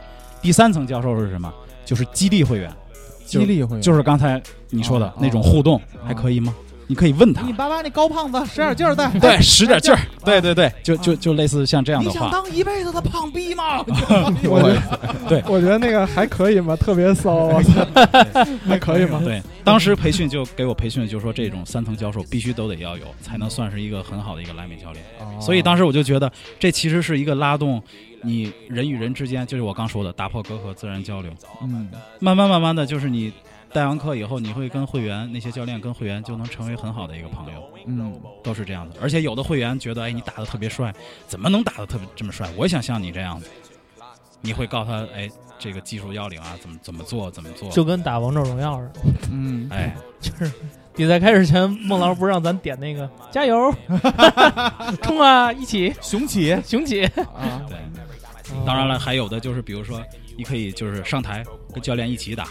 第三层教授是什么？就是激励会员，激励会就是刚才你说的哦那种互动，还可以吗？嗯你可以问他，八八那高胖子，使点劲儿再对，使点劲儿，对对对，就就就类似像这样的话，当一辈子的胖逼 吗？我觉对我觉得那个还可以吗？特别骚，啊 我操还可以吗？啊 对，当时培训就给我培训，就是说这种三层教授必须都得要有，才能算是一个很好的一个莱美教练。哦所以当时我就觉得，这其实是一个拉动你人与人之间，就是我刚说的打破隔阂、自然交流。嗯，慢慢慢慢的，就是你带完课以后，你会跟会员那些教练跟会员就能成为很好的一个朋友，嗯，都是这样子。而且有的会员觉得，哎，你打的特别帅，怎么能打的特别这么帅？我也想像你这样子。你会告诉他，哎，这个技术要领啊，怎么怎么做，怎么做？ 就跟打王者荣耀似的，嗯，哎，就是比赛开始前，孟老师不是让咱点那个加油， 冲啊，一起雄起雄起。啊，对。当然了，还有的就是，比如说，你可以就是上台跟教练一起打，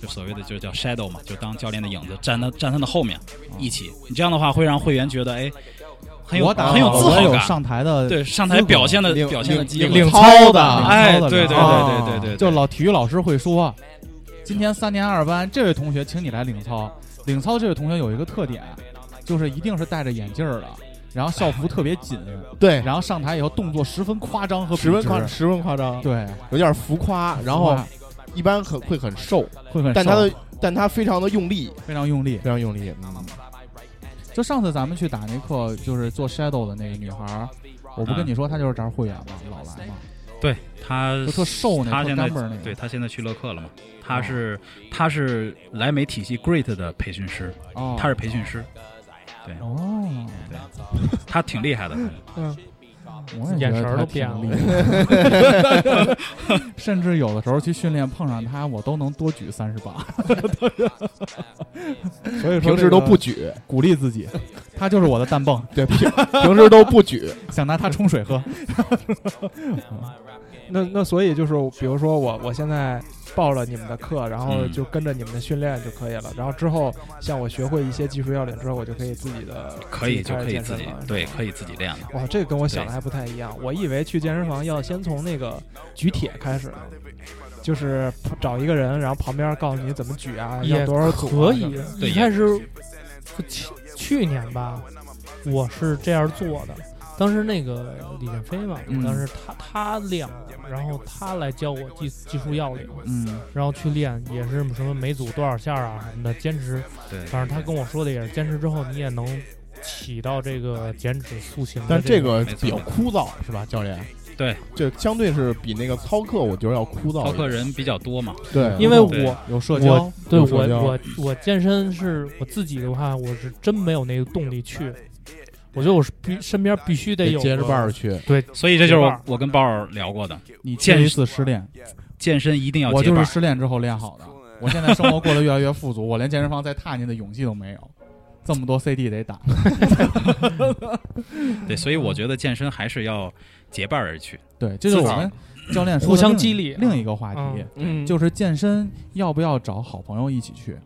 就所谓的就是叫 shadow 嘛，就当教练的影子站他站他的后面一起。你这样的话会让会员觉得，哎，很有我打很有好了自我豪有感，上台的对上台表现的表现的机领会。操的，哎领操的对对对啊对对对对就老体育老师会说，今天三年二班这位同学，请你来领操。领操这位同学有一个特点，就是一定是戴着眼镜儿的，然后校服特别紧，对，然后上台以后动作十分夸张和十分笔直夸，十分夸张，对，有点浮夸，然后一般很会很瘦，会很但瘦他的但他非常的用力，非常用力非。常用力。嗯，就上次咱们去打那课，就是做 shadow 的那个女孩儿，我不跟你说，她就是这儿会员嘛，老来嘛。对他就特瘦那他特现干在巴那个。哦对他现在去乐客了嘛？他是他是莱美体系 Great 的培训师，哦，他是培训师，哦，他挺厉害 的。我也眼觉神得儿他都变挺了厉害 甚至有的时候去训练碰上他，我都能多举三十把。所以说平这时个都不举，鼓励自己，他就是我的蛋泵，对，平 平时都不举，想拿他冲水喝。那那所以就是，比如说我我现在报了你们的课，然后嗯就跟着你们的训练就可以了。然后之后，像我学会一些技术要领之后，我就可以自己的可以自己就开可始以健自身己了。对，可以自己练了。哎哇，这个跟我想的还不太一样。我以为去健身房要先从那个举铁开始，就是找一个人，然后旁边告诉你怎么举啊，要也多少组啊可以什么的。对一也开始我去去年吧，我是这样做的。当时那个李建飞嘛，嗯当时他他练我，然后他来教我技技术要领，嗯，然后去练也是什么每组多少下啊什么的，坚持。对，反正他跟我说的也是，坚持之后你也能起到这个减脂塑形的、 但这这个没错比较枯燥，是吧，教练？对，这相对是比那个操课，我觉得要枯燥一点。逃课人比较多嘛。对，因为对我有社交我，对有我社交我我健身是我自己的话，我是真没有那个动力去。我觉得我是必身边必须得有接着个伴儿去，对，所以这就结伴是我儿我跟豹儿聊过的，你健见一次失恋，健身一定要我结就伴是儿。失恋之后练好的。我现在生活过得越来越富足，我连健身房再踏进的勇气都没有。这么多 CD 得打，对，所以我觉得健身还是要结伴而去。对，这就是我们教练说的互相另一激励另一个话题嗯，嗯，就是健身要不要找好朋友一起去？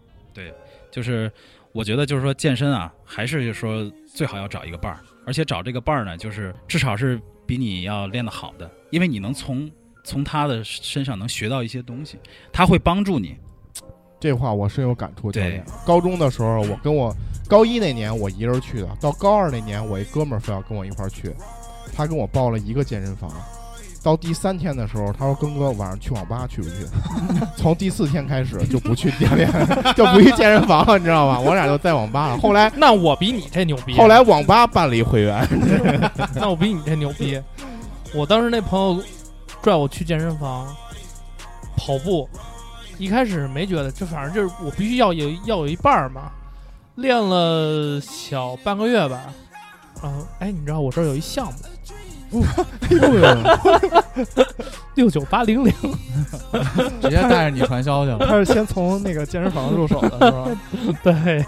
就是我觉得就是说健身啊，还是说最好要找一个伴儿，而且找这个伴儿呢，就是至少是比你要练得好的，因为你能从从他的身上能学到一些东西，他会帮助你。这话我深有感触。教对练，高中的时候，我跟我高一那年我一人去的，到高二那年我一哥们儿非要跟我一块儿去，他跟我报了一个健身房。到第三天的时候，他说：“庚哥，晚上去网吧去 不去？”从第四天开始就不去教练， 就不去健身房了，你知道吗？我俩就在网吧了。后来，那我比你这牛逼。啊后来网吧办了一会员， 那我比你这牛逼。我当时那朋友拽我去健身房跑步，一开始没觉得，就反正就是我必须要有要有一半儿嘛。练了小半个月吧，然后哎，你知道我这儿有一项目六九八零零，直接带着你传销去 了。他是先从那个健身房入手的，是吧？ 对，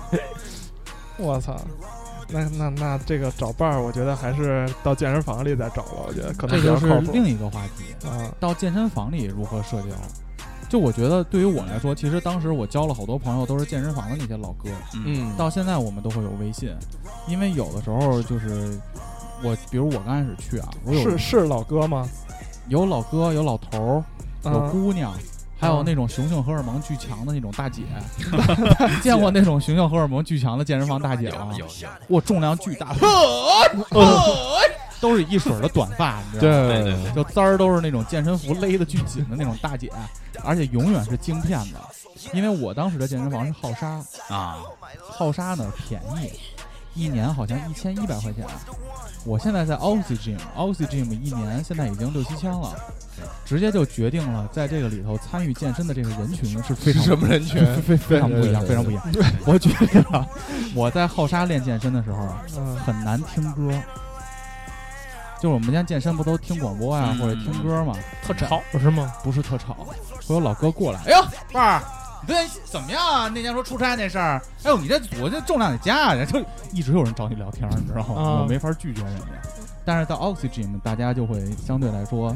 我操！那那那这个找伴儿，我觉得还是到健身房里再找吧。我觉得可能这比较就是靠谱另一个话题，啊。到健身房里如何社交？就我觉得对于我来说，其实当时我交了好多朋友都是健身房的那些老哥，嗯，嗯，到现在我们都会有微信，因为有的时候就是我，比如我刚开始去啊，我有是是老哥吗？有老哥，有老头儿，有啊姑娘，还有那种雄性荷尔蒙巨强的那种大姐。你见过那种雄性荷尔蒙巨强的健身房大姐吗？有有，嗯我重量巨 大， 都是一水儿的短发，你知道吗？对对对对，就簪儿都是那种健身服勒得巨紧的那种大姐，而且永远是镜片的。因为我当时的健身房是浩沙，啊，浩沙呢便宜，一年好像一千一百块钱。啊我现在在 Oxy Gym，Oxy Gym 一年现在已经六七千了，直接就决定了在这个里头参与健身的这个人群是非常什么人群？ 非非常不一样，对对对非常不一样。我决定了，我在浩沙练健身的时候啊，嗯，很难听歌。就是我们家健身不都听广播啊，嗯或者听歌嘛，特吵是吗？不是特吵，会有老哥过来，哎呦，伴儿，你对怎么样啊？那天说出差那事儿，哎呦，你这我这重量得加啊，就一直有人找你聊天，你知道吗？啊我没法拒绝人家。但是到 Oxy Gym，大家就会相对来说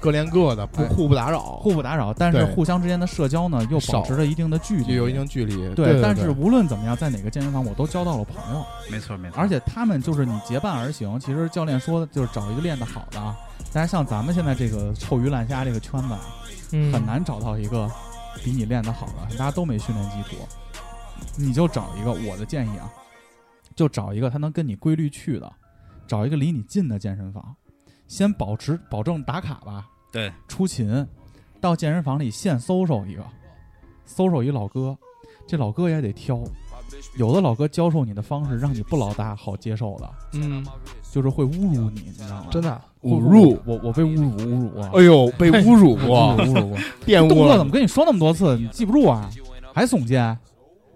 各练各的，不哎互不打扰，互不打扰，但是对互相之间的社交呢又保少持着一定的距离，也有一定距离。对对但是无论怎么样，在哪个健身房，我都交到了朋友，没错没错，而且他们就是你结伴而行。其实教练说的就是找一个练得好的啊，但是像咱们现在这个臭鱼烂虾这个圈子啊，嗯，很难找到一个比你练得好的，大家都没训练基础，你就找一个。我的建议啊，就找一个他能跟你规律去的，找一个离你近的健身房，先保持保证打卡吧，对，出勤，到健身房里现搜搜一个，搜搜一老哥，这老哥也得挑，有的老哥教授你的方式，让你不老大好接受的。嗯，就是会侮辱你，你知道吗？真的啊，会侮辱，我，我被侮辱侮辱啊！哎呦，被侮辱过，侮辱侮辱过！ 玷动污作了怎。么跟你说那么多次，你记不住啊？还耸肩？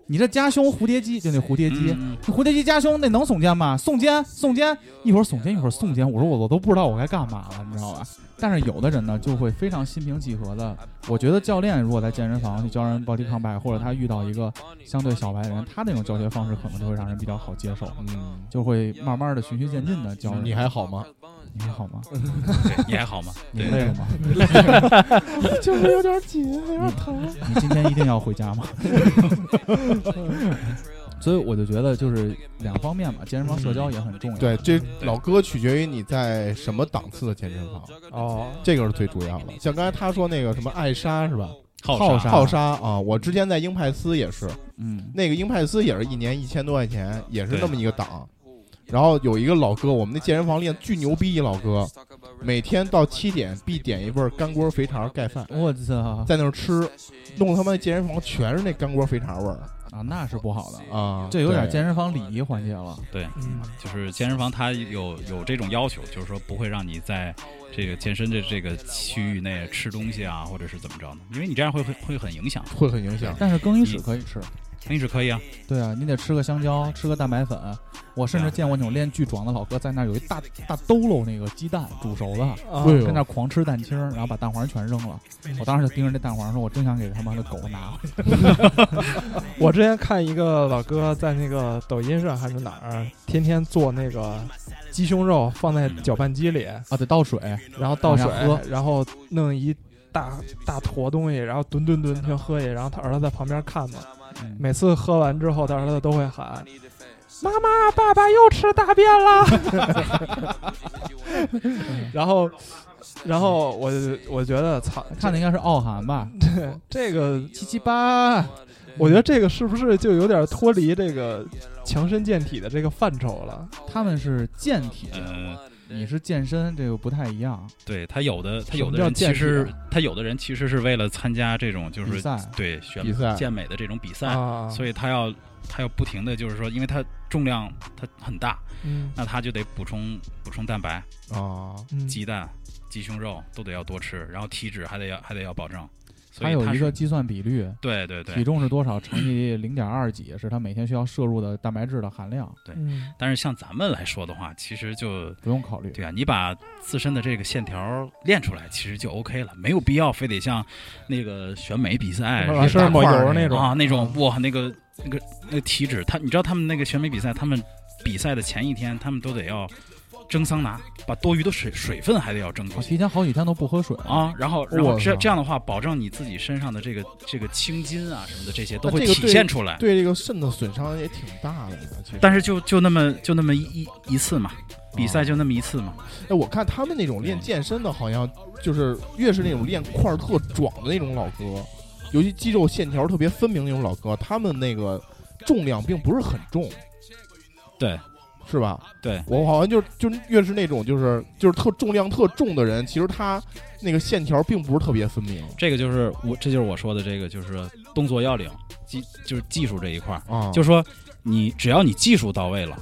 你这夹胸蝴蝶肌就那蝴蝶肌，嗯那蝴蝶肌夹胸那能耸肩吗？耸肩，耸肩，一会儿耸肩一会儿耸肩，我说我我都不知道我该干嘛了，你知道吧？但是有的人呢就会非常心平气和的，我觉得教练如果在健身房去教人 body combat，或者他遇到一个相对小白人，他那种教学方式可能就会让人比较好接受，嗯，就会慢慢的循序渐进的教人。你还好吗？你还好吗？ 对你还好吗？你累了吗？ 就是有点紧，有点疼。你今天一定要回家吗？所以我就觉得就是两方面吧，健身房社交也很重要。对，这老哥取决于你在什么档次的健身房，哦，这个是最主要的。像刚才他说那个什么艾莎是吧？好杀浩莎啊，我之前在英派斯也是，嗯，那个英派斯也是一年一千多块钱，也是对那么一个档。然后有一个老哥，我们那健身房练巨牛逼，一老哥每天到七点必点一份干锅肥肠盖饭，我操在那儿吃，弄他妈健身房全是那干锅肥肠味儿啊，那是不好的，啊！这有点对健身房礼仪环节了。嗯，就是健身房它有有这种要求，就是说不会让你在这个健身的这个区域内吃东西啊，或者是怎么着呢？因为你这样会会会很影响。会很影响。但是更衣室可以吃，平时可以啊，对啊，你得吃个香蕉，吃个蛋白粉。我甚至见过那种练巨壮的老哥，在那儿有一大大兜篓那个鸡蛋煮熟的，啊在那儿狂吃蛋清，然后把蛋黄全扔了。我当时就盯着那蛋黄说，我真想给他妈的狗拿回去。我之前看一个老哥在那个抖音上还是哪儿，天天做那个鸡胸肉放在搅拌机里，啊，得倒水，然后倒水往下喝，然后弄一大大坨东西，然后吨吨吨全喝下去，然后他儿子在旁边看嘛。嗯每次喝完之后，他儿子都会喊：“妈妈，爸爸又吃大便了。” 嗯然后，然后我我觉得操，看的应该是奥涵吧？这这个七七八， 我觉得这个是不是就有点脱离这个强身健体的这个范畴了？他们是健体，呃，你是健身，这个不太一样。对他有的他有的什么叫人其健体实他有的人其实是为了参加这种就比是赛对选比赛健美的这种比赛，啊，所以他要他要不停的就是说，因为他重量他很大，嗯那他就得补充补充蛋白，啊，嗯，鸡蛋、鸡胸肉都得要多吃，然后体脂还得要还得要保证。所它以有他一是个计算比率，对对体对，重是多少乘以零点二几，是他每天需要摄入的蛋白质的含量，嗯但是像咱们来说的话，其实就不用考虑。对啊，你把自身的这个线条练出来，其实就 OK 了，没有必要非得像那个选美比赛老师抹油那种啊那种哇那个那个那个体脂，他你知道他们那个选美比赛，他们比赛的前一天，他们都得要蒸桑拿，把多余的水水分还得要蒸出我去提。前好几天都不喝水，啊，然后，然后我这操这样的话，保证你自己身上的这个这个青筋啊什么的，这些都那会这个体对现出来。对这个肾的损伤也挺大的。其实，但是就就那么就那么一一一次嘛，比赛就那么一次嘛。哎，我看他们那种练健身的，好像就是越是那种练块儿特壮的那种老哥，尤其肌肉线条特别分明那种老哥，他们那个重量并不是很重，对，是吧？对，我好像就是就是越是那种就是就是特重量特重的人，其实他那个线条并不是特别分明这个就是我，这就是我说的这个，就是动作要领，技就是技术这一块儿，啊，就是说你只要你技术到位了，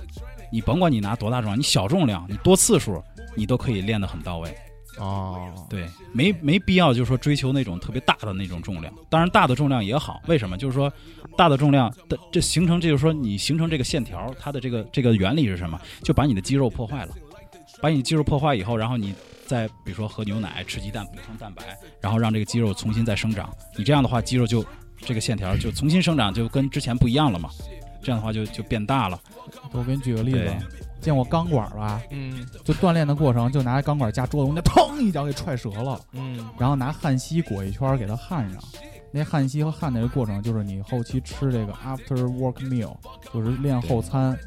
你甭管你拿多大重量，你小重量，你多次数，你都可以练得很到位。啊，对，没没必要就是说追求那种特别大的那种重量，当然大的重量也好，为什么？就是说大的重量的这形成，这就是说你形成这个线条，它的这个这个原理是什么？就把你的肌肉破坏了，把你肌肉破坏以后，然后你再比如说喝牛奶、吃鸡蛋补充蛋白，然后让这个肌肉重新再生长，你这样的话肌肉就这个线条就重新生长，就跟之前不一样了嘛。这样的话就就变大了，我给你举个例对子，见过钢管吧？嗯就锻炼的过程，就拿钢管架桌子，我那腾一脚给踹折了，嗯然后拿焊锡裹一圈儿给它焊上。那焊锡和焊的这个过程，就是你后期吃这个 after work meal，就是练后餐，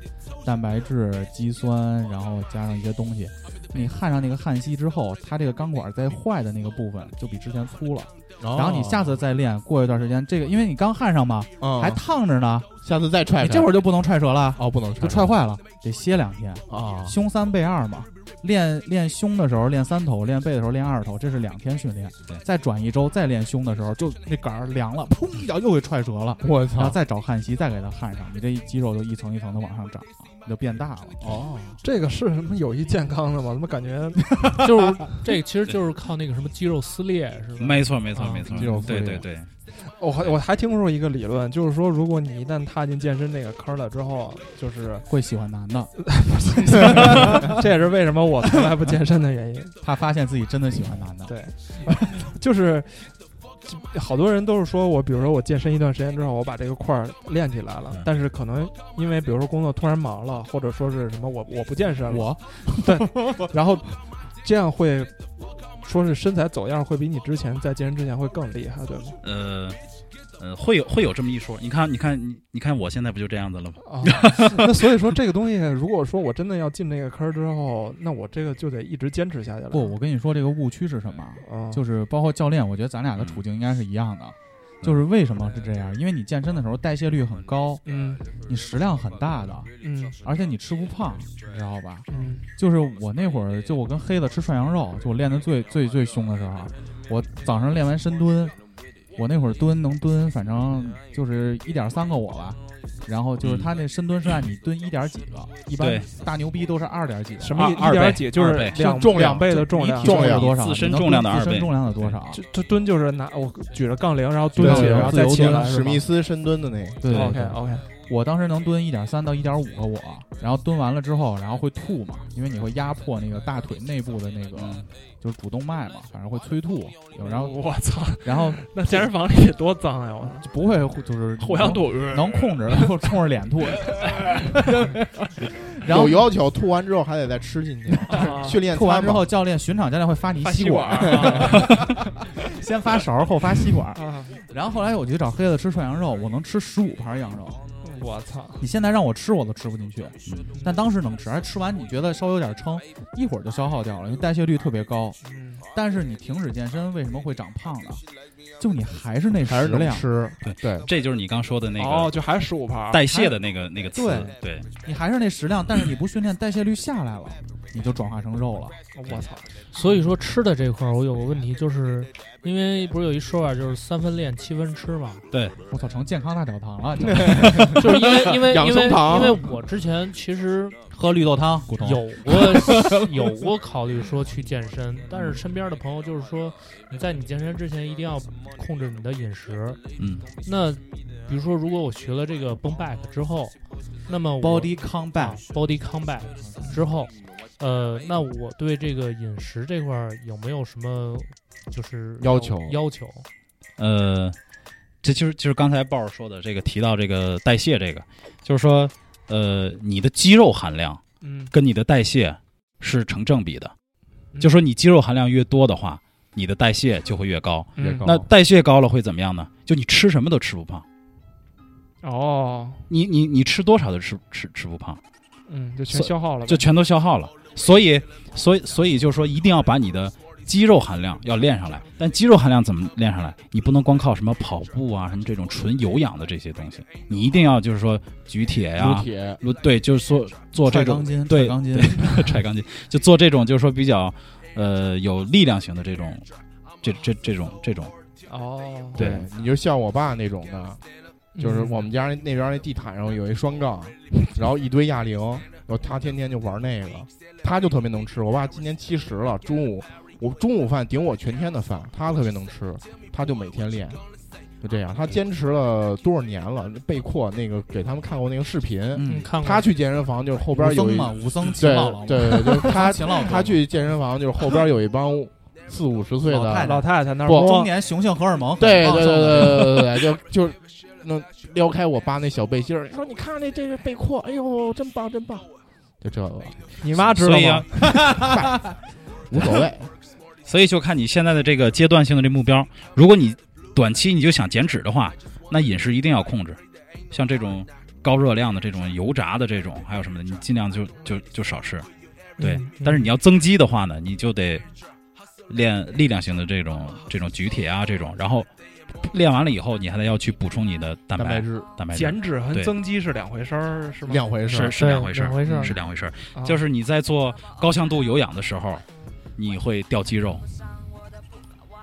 蛋白质、肌酸，然后加上一些东西。你焊上那个焊锡之后，它这个钢管在坏的那个部分就比之前粗了。然然后你下次再练，过一段时间，这个因为你刚焊上嘛，还还烫着呢，嗯下次再踹你这会儿就不能踹折了，哦不能踹就踹坏了，得歇两天。啊胸三背二嘛，练练胸的时候练三头，练背的时候练二头，这是两天训练对。再转一周再练胸的时候，就那杆儿凉了，砰一脚又给踹折了，我然后操再找焊锡再给它焊上，你这一肌肉就一层一层的往上长。你就变大了。哦，这个是什么有益健康的吗？怎么感觉 就是这其实就是靠那个什么肌肉撕裂是吧？没错，没错，啊没错肌肉，撕对裂对对，我还我还听说过一个理论，就是说，如果你一旦踏进健身这个坑了之后， 就是会喜欢男的，这也是为什么我从来不健身的原因。他发现自己真的喜欢男的。对，就是就好多人都是说我，比如说我健身一段时间之后，我把这个块儿练起来了嗯，但是可能因为比如说工作突然忙了，或者说是什么我我不健身了，我然后这样会说是身材走样会比你之前在健身之前会更厉害，对吗？呃呃，会有会有这么一说。你看，你看，你你看，我现在不就这样子了吗？啊，那所以说这个东西，如果说我真的要进这个坑儿之后，那我这个就得一直坚持下去了。不，我跟你说这个误区是什么啊？啊，就是包括教练，我觉得咱俩的处境应该是一样的。就是为什么是这样？因为你健身的时候代谢率很高，嗯你食量很大的，嗯而且你吃不胖，你知道吧？嗯就是我那会儿，就我跟黑子吃涮羊肉，就我练的最最最凶的时候，啊我早上练完深蹲，我那会儿蹲能蹲，反正就是一点三个我吧。然后就是他那深蹲是按你蹲一点几个，一般对大牛逼都是二点几个，什么一二一点倍几就是二倍两是重量两倍的重你量，体重有重量多少，自身你能重量的自身二倍重量的多啊少，这这蹲就是拿我举着杠铃，然后对蹲起，对然后自再由起蹲来。史密斯深蹲的那个，对对 OK 哦对 OK，我当时能蹲一点三到一点五个我，然后蹲完了之后，然后会吐嘛，因为你会压迫那个大腿内部的那个就是主动脉嘛，反正会催吐。有然后我操，然后 那健身房里得多脏呀！我操，就不会 就是互相躲，能控制， 然后冲着 脸吐。然后啊有要求，吐完之后还得再吃进去，啊 训练 吐完之餐嘛后，教练巡场教练会发你一吸管，先发勺儿后发吸管。啊！然后后来我去找黑子吃涮羊肉，我能吃十五盘羊肉。 我 操，你现在让我吃我都吃不进去，但当时能吃，而吃完你觉得稍微有点撑，一会儿就消耗掉了，因为代谢率特别高。嗯但是你停止健身为什么会长胖呢？就你还是那还食是能量，吃，对对，这就是你刚说的那哦，个就还是十五盘儿，代谢的那个那个词对，对，你还是那食量，但是你不训练，代谢率下来了，你就转化成肉了。我操，所以说吃的这块儿，我有个问题，就是因为不是有一说法，就是三分练七分吃嘛，我操，成健康大讲堂了，这 就是因为因为养因生为堂因为我之前其实喝绿豆汤，骨头有 过有过考虑说去健身，但是身边的朋友就是说，你在你健身之前一定要控制你的饮食。嗯，那比如说，如果我学了这个绷 back 之后，那么我 body combat，啊 body combat 之后，呃，那我对这个饮食这块儿有没有什么就是要求要求？呃，这就是就是刚才豹儿说的这个提到这个代谢这个，就是说呃，你的肌肉含量嗯，跟你的代谢是成正比的，就说你肌肉含量越多的话，你的代谢就会越高。嗯越高那代谢高了会怎么样呢？就你吃什么都吃不胖，哦，你你你吃多少都吃吃吃不胖，嗯，就全消耗了呗，就全都消耗了。所以所以所以就是说，一定要把你的肌肉含量要练上来。但肌肉含量怎么练上来？你不能光靠什么跑步啊，什么这种纯有氧的这些东西，你一定要就是说举铁啊呀、撸铁，撸对，啊就是说做这踹种钢筋，对踹钢筋， 踹钢筋，就做这种就是说比较呃有力量型的这种这这这种这种哦，对，你就像我爸那种的，嗯就是我们家那那边那地毯上有一双杠，然后一堆哑铃，然后他天天就玩那个，他就特别能吃。我爸今年七十了，中午我中午饭顶我全天的饭，他特别能吃，他就每天练，就这样。他坚持了多少年了？被阔那个给他们看过那个视频，嗯嗯，看过他去健身房就是后边武有僧一嘛，武僧勤对劳了，，对，对就是他勤劳多嘛他去健身房就是后边有一帮四五十岁的老太太老太太那儿不中摸年雄性荷尔蒙，对对对对对对，对，就就能撩开我爸那小背心儿，说你看这这是背阔，哎呦，真棒真棒，就这个你妈知道所以吗啊？，无所谓，所以就看你现在的这个阶段性的这目标。如果你短期你就想减脂的话，那饮食一定要控制，像这种高热量的、这种油炸的、这种还有什么的，你尽量就就就少吃。对，嗯但是你要增肌的话呢，你就得练力量型的这种这种举铁啊这种，然后练完了以后，你还得要去补充你的蛋蛋白白质蛋白质，减脂和对增肌是两回事儿，是吗？两回事是儿。是两回事儿，嗯两回事儿是两回事儿。啊就是你在做高强度有氧的时候，你会掉肌肉。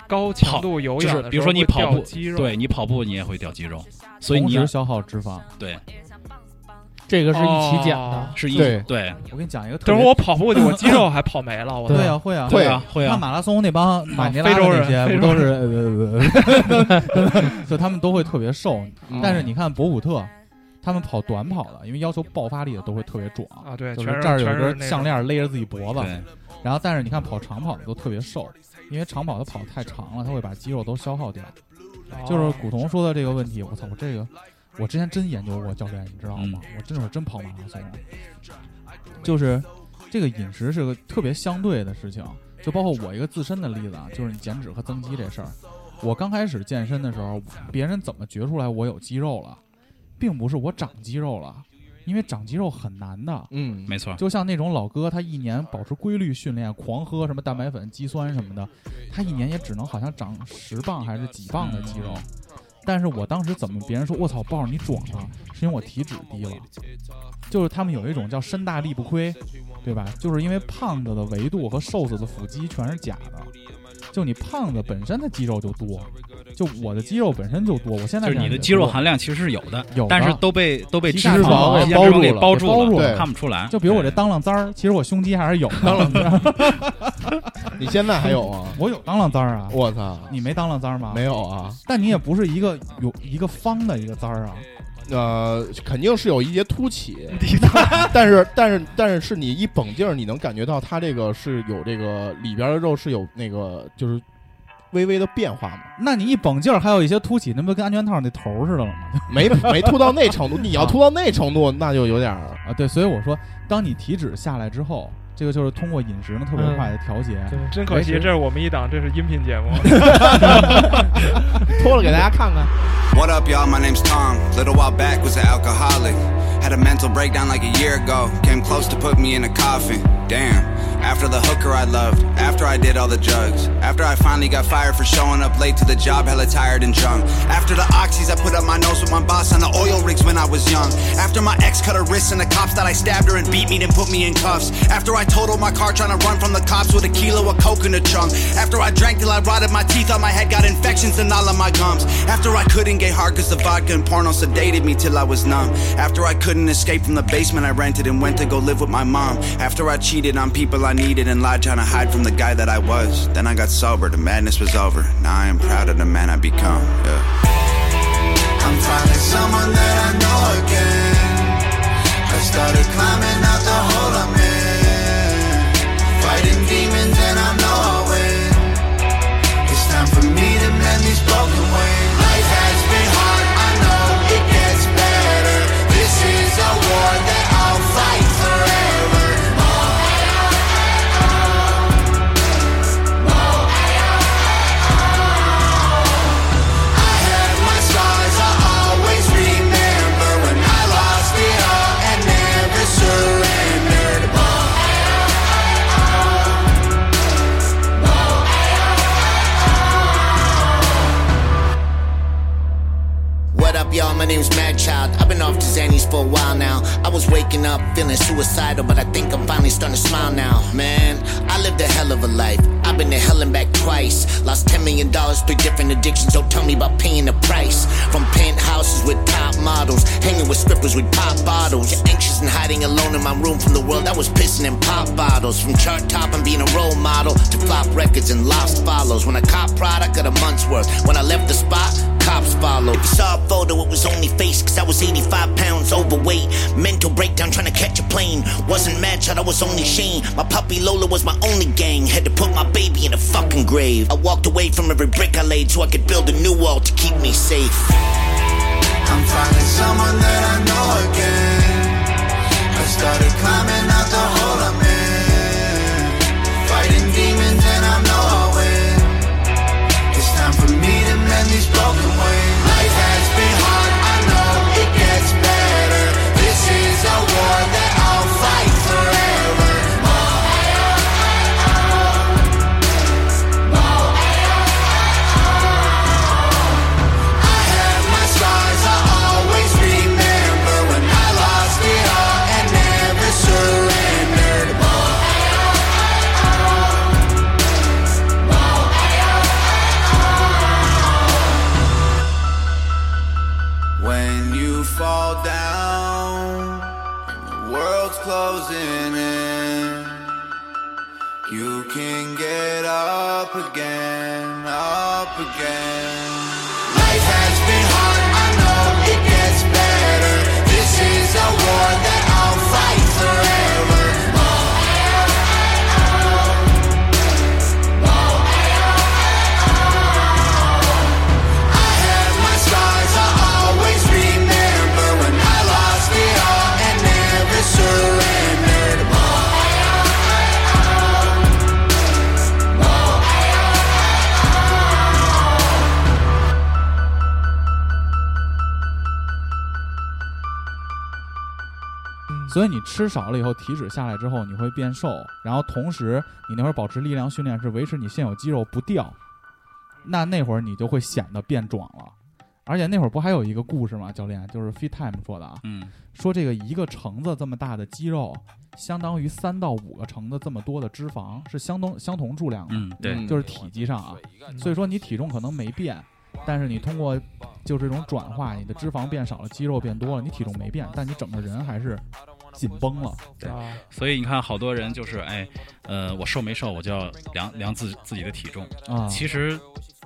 高强度有氧就是的时候比如说你会跑掉步肌肉，对你跑步你也会掉肌肉，所以同你要时消耗脂肪，对这个是一起减哦的。是一对对我跟你讲一个特别，等会儿我跑步去，我肌肉还跑没了，我对会啊会啊会啊会看啊，马拉松那帮马尼拉的非洲人那些，不非都洲是呃呃呃 就他们都会特别瘦，嗯但是你看博古特，他们跑短跑的，因为要求爆发力的都会特别壮，啊，对，就全是是这儿有全是根那项种链勒着自己脖子，对然后但是你看跑长跑的都特别瘦，因为长跑它跑太长了，它会把肌肉都消耗掉。就是古潼说的这个问题，我操，我这个我之前真研究过，教练，你知道吗？我真的是真跑马拉松，就是这个饮食是个特别相对的事情，就包括我一个自身的例子啊，就是你减脂和增肌这事儿。我刚开始健身的时候，别人怎么觉出来我有肌肉了，并不是我长肌肉了，因为长肌肉很难的。嗯，没错，就像那种老哥，他一年保持规律训练，狂喝什么蛋白粉、肌酸什么的，他一年也只能好像长十磅还是几磅的肌肉。但是我当时怎么别人说我操豹儿你壮了，是因为我体脂低了，就是他们有一种叫身大力不亏，对吧？就是因为胖子的维度和瘦子的腹肌全是假的，就你胖子本身的肌肉就多，就我的肌肉本身就多，我现在就是你感的觉肌肉多含量其实是有的，有的但是都被都被皮脂下脂肪肪给皮包下脂住肪了给包给包住了，了看不出来。就比如我这对当啷簪儿，其实我胸肌还是有的，当啷簪你现在还有啊？ 我有当啷簪儿啊，我操，你没当啷簪儿吗？没，有啊？但你也不是一个有一个方的一个簪儿啊。呃，肯定是有一些凸起，但是但是但是是你一绷劲儿，你能感觉到它这个是有这个里边的肉是有那个就是微微的变化嘛，那你一绷劲儿，还有一些凸起，那不跟安全套那头儿似的了吗？没 没凸到那程度，你要凸到那程度，那就有点儿 啊，对，所以我说，当你体脂下来之后，这个就是通过饮食能特别快的调节。对真可惜，维持这是我们一档，这是音频节目。 脱了给大家看看。 What up, y'all? My name's Tom. Little while back was an alcoholic. Had a mental breakdown like a year ago. Came close to put me in a coffin. Damn. After the hooker I loved. After I did all the drugs. After I finally got fired for showing up late to the job, hella tired and drunk. After the oxys, I put up my nose with my boss on the oil rigs when I was young. After my ex cut her wrists and the cops thought I stabbed her and beat me, then put me in cuffs. After I totaled my car trying to run from the cops with a kilo of coke in the trunk. After I drank till I rotted my teeth out my head, got infections in all of my gums. After I couldn't get hard cause the vodka and porno sedated me till I was numb. After I couldn't escape from the basement I rented and went to go live with my mom. After I cheated on people I needed and lied trying to hide from the guy that I was. Then I got sober, the madness was over. Now I am proud of the man I become. Yeah. I'm finally someone that I know again. I started climbing out the hole I'm in. Fighting demons and I know I'll win. It's time for me to mend these broken wings. Life has been hard, I know it gets better. This is a war that I'll fight forever. I had my scars, I always remember when I lost it all and never surrendered. What up, y'all? My name's Mad Child. I've been off to Xanny's for a while now. I was waking up feeling suicidal, but I think I'm finally starting to smile now. Man, I lived a hell of a life. I've been to hell and back twice. Lost $10 million through different addictions, so tell me about paying the price. From penthouses with top models, hanging with strippers with pop bottles. Anxious and hiding alone in my room from the world, I was pissing in pop bottles. From chart top and being a role model to flop records and lost follows. When I cop product of a month's worth, when I left the spot, cops followed. If you saw a photo, it was only face, cause I was 85 pounds overweight. Mental breakdown trying to catch a plane. Wasn't mad, child, I was only Shane. My puppy Lola was my only gang. Had to put my baby in a fucking grave. I walked away from every brick I laid so I could build a new wall to keep me safe. I'm finding someone that I know again. I started climbing out the hole I'm in. Fighting demons and I know I'll win. It's time for me to mend these broken wings. Life has been hard, I know it gets better. This is a war that I'll fight forever. I have my scars, I always remember when I lost it all and never surrendered. can get up again, up again. Life has been hard, I know it gets better. This is a war that I'll fight forever. I have my scars, I always remember when I lost it all and never surrendered. 所以你吃少了以后，体脂下来之后，你会变瘦，然后同时你那会儿保持力量训练是维持你现有肌肉不掉，那那会儿你就会显得变壮了。而且那会儿不还有一个故事吗？教练就是 Fit Time 说的啊，嗯，说这个一个橙子这么大的肌肉，相当于三到五个橙子这么多的脂肪，是相同相同重量的，嗯对就是体积上啊。所以说你体重可能没变，但是你通过就这种转化，你的脂肪变少了，肌肉变多了，你体重没变，但你整个人还是紧绷了。对啊所以你看，好多人就是哎，呃，我瘦没瘦，我就要量量自自己的体重啊其实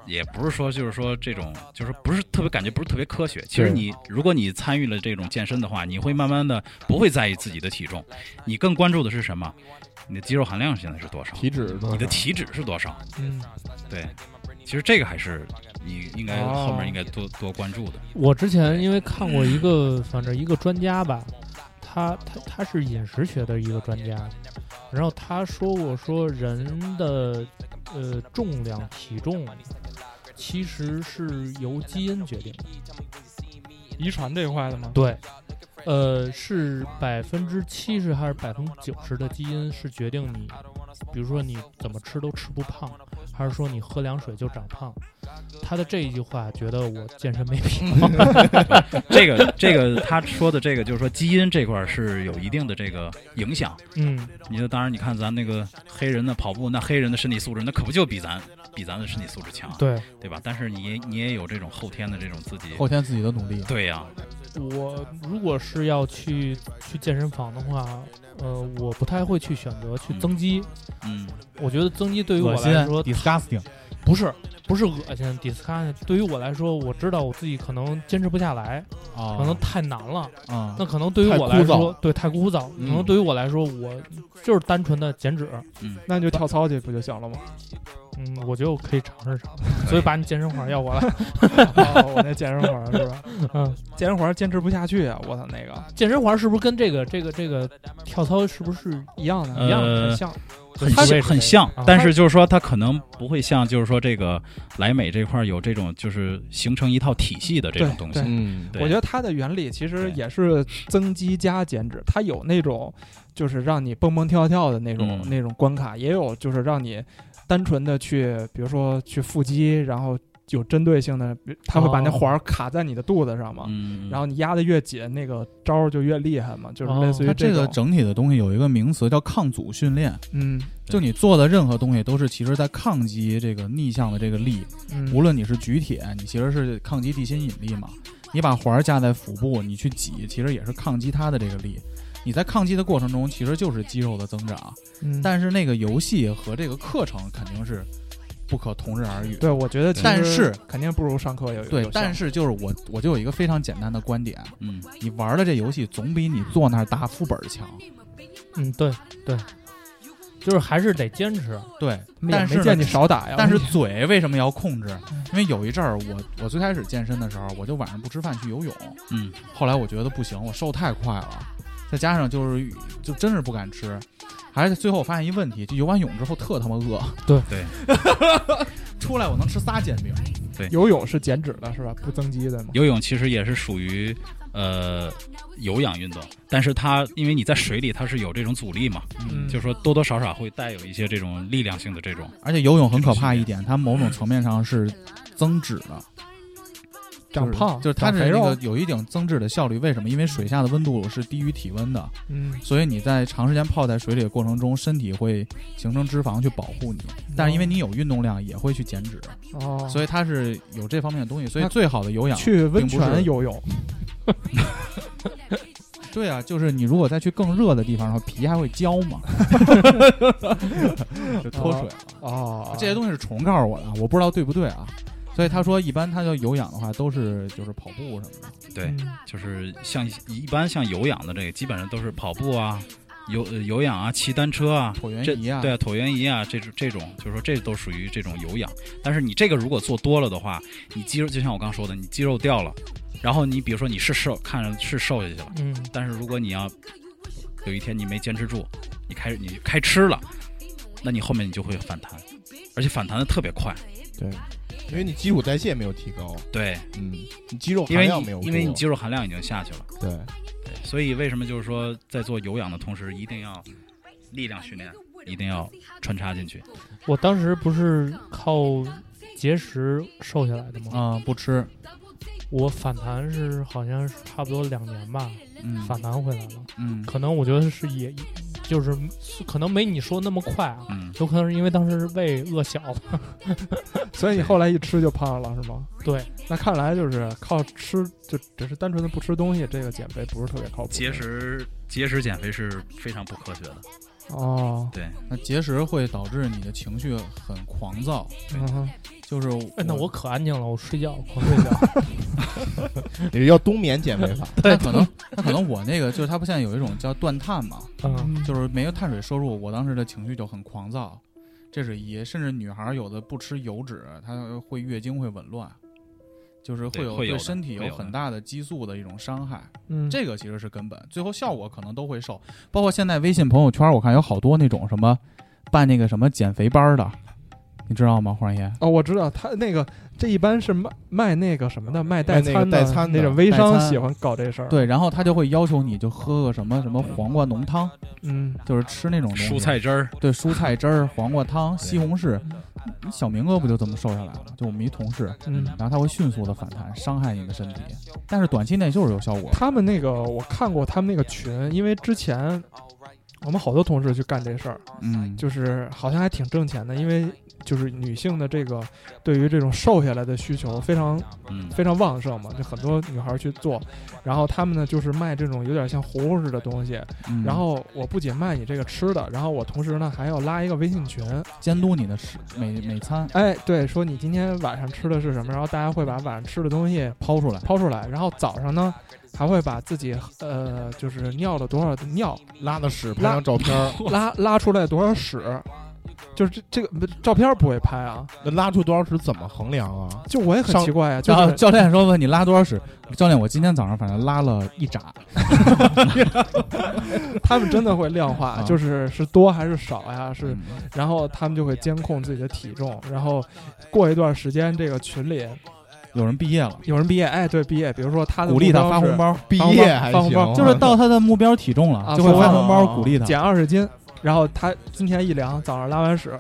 也不是说，就是说这种，就是不是特别感觉不是特别科学。其实你如果你参与了这种健身的话，你会慢慢的不会在意自己的体重，你更关注的是什么？你的肌肉含量现在是多少？体脂是多少你的体脂是多少？嗯，对，其实这个还是你应该哦后面应该多多关注的。。我之前因为看过一个，反正一个专家吧，他他他是饮食学的一个专家，然后他说过说人的呃重量体重其实是由基因决定的，遗传这一块的吗？对，呃是百分之七十还是百分之九十的基因是决定你，比如说你怎么吃都吃不胖，还是说你喝凉水就长胖。他的这一句话，觉得我健身没必要这个这个他说的这个就是说基因这块儿是有一定的这个影响。 嗯，你就当然你看咱那个黑人的跑步，那黑人的身体素质那可不就比咱比咱的身体素质强，对对吧？但是你也你也有这种后天的这种自己后天自己的努力对呀、我如果是要去去健身房的话，呃，我不太会去选择去增肌。嗯，我觉得增肌对于我恶心来说，disgusting。不是不是恶心 discussion，对于我来说，我知道我自己可能坚持不下来，啊可能太难了。啊那可能对于我太来枯燥说，对太枯燥。嗯可能对于我来说，我就是单纯的减脂。嗯那你就跳操去不就行了吗？嗯，我觉得我可以尝试尝试，所以把你健身环要过来。哦我那健身环是 吧？嗯，健身环坚持不下去啊！我操，那个健身环是不是跟这个这个这个跳操是不是一样的，呃一样的，很像。很它像是很像啊，但是就是说它可能不会像就是说这个莱美这块儿有这种就是形成一套体系的这种对东西。对嗯对我觉得它的原理其实对也是增肌加减脂，它有那种就是让你蹦蹦跳跳的那种、嗯那种关卡，也有就是让你单纯的去，比如说去腹肌，然后有针对性的，它会把那哦环儿卡在你的肚子上嘛，嗯，然后你压的越紧，那个招儿就越厉害嘛，就是哦类似于它这种。个整体的东西有一个名词叫抗阻训练，嗯就你做的任何东西都是其实在抗击这个逆向的这个力，嗯，无论你是举铁，你其实是抗击地心引力嘛。你把环儿架在腹部，你去挤，其实也是抗击它的这个力。你在抗击的过程中，其实就是肌肉的增长，嗯但是那个游戏和这个课程肯定是不可同日而语。对，我觉得其但实是肯定不如上课有有对效，但是就是我我就有一个非常简单的观点，嗯，你玩了这游戏总比你坐那儿打副本儿强。嗯，对对，就是还是得坚持。对，也但是没呢见你少嗯打呀，但是嘴为什么要控制？因为有一阵儿，我我最开始健身的时候，我就晚上不吃饭去游泳。嗯，后来我觉得不行，我瘦太快了，再加上就是就真是不敢吃，还是最后我发现一问题，就游完泳之后特他妈饿。对对， 出来我能吃仨煎饼。游泳是减脂的是吧？不增肌的嘛。游泳其实也是属于呃有氧运动，但是它因为你在水里，它是有这种阻力嘛，嗯就是说多多少少会带有一些这种力量性的这种。而且游泳很可怕一点，它某种层面上是增脂的，长胖，就是它长是肥那肉个，有一定增脂的效率。为什么？因为水下的温度是低于体温的，嗯，所以你在长时间泡在水里的过程中，身体会形成脂肪去保护你，但是因为你有运动量，也会去减脂，哦，所以它是有这方面的东西。所以最好的有氧，去温并不泉是游泳，对啊，就是你如果再去更热的地方的话，皮还会焦嘛，就脱水了。哦，这些东西是虫告诉我的，我不知道对不对啊。所以他说，一般他要有氧的话，都是就是跑步什么的。对，就是像一一般像有氧的这个，基本上都是跑步啊、有呃有氧啊、骑单车啊、椭圆这仪啊对啊，椭圆仪啊，这种这种，就是说这都属于这种有氧。但是你这个如果做多了的话，你肌肉就像我刚说的，你肌肉掉了，然后你比如说你是瘦，看着是瘦下去了，嗯，但是如果你要有一天你没坚持住，你开始你开吃了，那你后面你就会反弹，而且反弹的特别快。对，因为你基础代谢没有提高，对，嗯，你肌肉含因为量没有你因为多你肌肉含量已经下去了，对，对，所以为什么就是说在做有氧的同时，一定要力量训练，一定要穿插进去。我当时不是靠节食瘦下来的吗？啊、不吃，我反弹是好像是差不多两年吧，嗯反弹回来了。嗯可能我觉得是也，就是可能没你说那么快啊，嗯，有可能是因为当时胃饿小了。所以你后来一吃就胖了是吗？对，那看来就是靠吃，就只是单纯的不吃东西，这个减肥不是特别靠谱。节食节食减肥是非常不科学的。哦，对，那节食会导致你的情绪很狂躁，嗯哼，就是哎，那嗯我可安静了，我睡觉，狂睡觉。也要冬眠减肥法。那可能那可能我那个就是他不现在有一种叫断碳嘛，嗯，就是没有碳水摄入，我当时的情绪就很狂躁，这是一。甚至女孩儿有的不吃油脂，她会月经会紊乱，就是会对有会有对的身体会有有的很大的激素的一种伤害。嗯，这个其实是根本，最后效果可能都会受。包括现在微信朋友圈，我看有好多那种什么办那个什么减肥班儿的，你知道吗？黄爷，哦，我知道他那个，这一般是卖卖那个什么的，卖代卖那个餐的，代餐的那种微商代餐喜欢搞这事儿。，对，然后他就会要求你就喝个什么什么黄瓜浓汤，嗯，就是吃那种东西蔬菜汁儿，对，蔬菜汁儿、黄瓜汤、西红柿，你小明哥不就这么瘦下来了吗？就我们一同事，嗯然后他会迅速的反弹，伤害你的身体，但是短期内就是有效果。他们那个我看过他们那个群，因为之前我们好多同事去干这事儿，嗯，就是好像还挺挣钱的，因为就是女性的这个对于这种瘦下来的需求非常嗯，非常旺盛嘛，就很多女孩去做，然后他们呢就是卖这种有点像糊糊似的东西，嗯然后我不仅卖你这个吃的，然后我同时呢还要拉一个微信群，监督你的食每每餐哎，对，说你今天晚上吃的是什么，然后大家会把晚上吃的东西抛出来，抛出来，然后早上呢还会把自己呃就是尿了多少的尿拉的屎，拍拉张照片儿，拉拉出来多少屎，就是这这个不照片不会拍啊，那拉出多少屎怎么衡量啊？就我也很上奇怪啊，就然后是教练说问你拉多少屎，教练我今天早上反正拉了一扎， 他们真的会量化，啊就是是多还是少呀，是嗯，然后他们就会监控自己的体重，然后过一段时间这个群里有人毕业了，有人毕业，哎，对毕业，比如说他的鼓励他目标发是 红，包，毕发红包业还发红包行，啊就是到他的目标体重了啊就会发发红包鼓励他。减二十斤。然后他今天一量，早上拉完屎、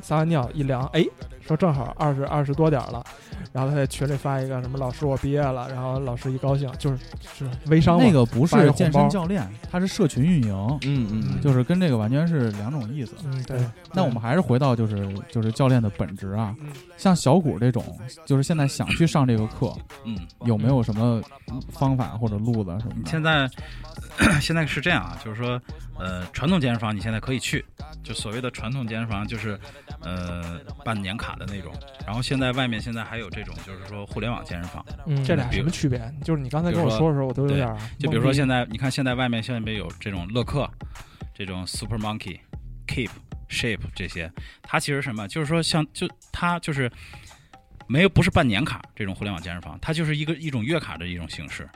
撒完尿一量，哎，说正好二十二十多点儿了。然后他在群里发一个什么“老师我毕业了”，然后老师一高兴，就是是微商嘛那个不发一是个红健身包教练，他是社群运营，嗯嗯，就是跟这个完全是两种意思。嗯对，那我们还是回到就是就是教练的本质啊，像小谷这种，就是现在想去上这个课，嗯。有没有什么方法或者路子什么你的？现在 现在是这样啊，就是说，呃，传统健身房你现在可以去，就所谓的传统健身房就是，呃，办年卡的那种。然后现在外面现在还有这种，就是说互联网健身房，嗯，这俩什么区别？就是你刚才跟我说的时候，我都有点儿就比如说懵逼现在你看现在外面现在有这种乐客，这种 Super Monkey、Keep、Shape 这些，它其实什么，就是说像就它就是没有不是办年卡这种互联网健身房，它就是一个一种月卡的一种形式，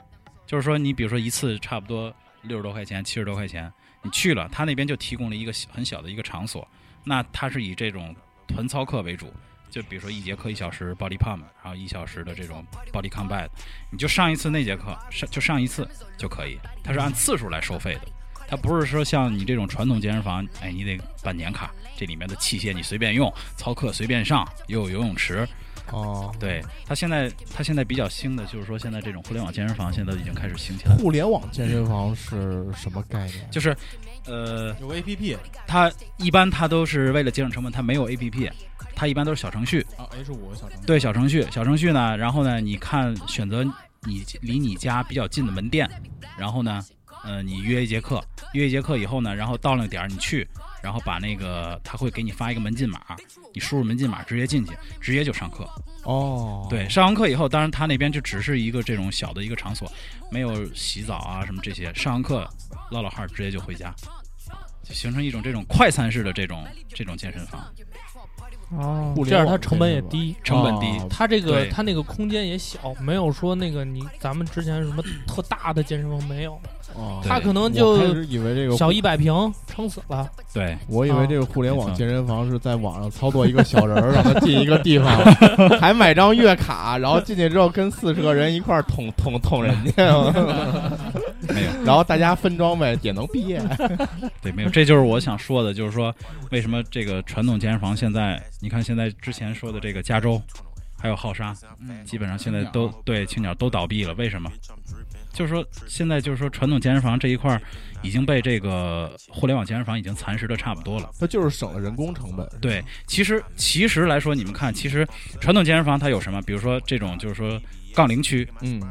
就是说你比如说一次差不多六十多块钱、七十多块钱，你去了，他那边就提供了一个小很小的一个场所，那它是以这种团操课为主。就比如说一节课一小时 body pump，然后一小时的这种 body combat，你就上一次那节课，上就上一次就可以，它是按次数来收费的，它不是说像你这种传统健身房，哎，你得办年卡，这里面的器械你随便用，操课随便上，又有游泳池，哦，对，它现在它现在比较新的就是说，现在这种互联网健身房现在已经开始兴起来了，互联网健身房是什么概念？就是，呃，有 A P P 啊它一般它都是为了节省成本，它没有 A P P，它一般都是小程序，啊，H 五小程序，对小程序，小程序呢，然后呢，你看选择你离你家比较近的门店，然后呢，呃，你约一节课，约一节课以后呢，然后到那个点儿你去，然后把那个他会给你发一个门禁码，你输入门禁码直接进去，直接就上课。哦，对，上完课以后，当然他那边就只是一个这种小的一个场所，没有洗澡啊什么这些。上完课唠唠嗨儿，直接就回家，就形成一种这种快餐式的这种这种健身房。哦互联这样它网成本也健身低，成本低哦它这个对它那个空间也小，没有说那个你咱们之前什么特大的健身房没有，哦它可能我就开始以为这个小一百平，撑死了。对，我以为这个互联网健身房是在网上操作一个小人儿，让他进一个 地方，还买张月卡，然后进去之后跟四十个人一块儿捅捅捅人 家，没有然后大家分装备也能毕 业。对，没有，这就是我想说的，就是说为什么这个传统健身房现在，你看现在之前说的这个加州，还有浩沙，嗯基本上现在都对青鸟都倒闭了，为什么？就是说现在就是说传统健身房这一块儿已经被这个互联网健身房已经蚕食的差不多了。它就是省了人工成本。对，其实其实来说，你们看，其实传统健身房它有什么？比如说这种就是说杠铃区，嗯，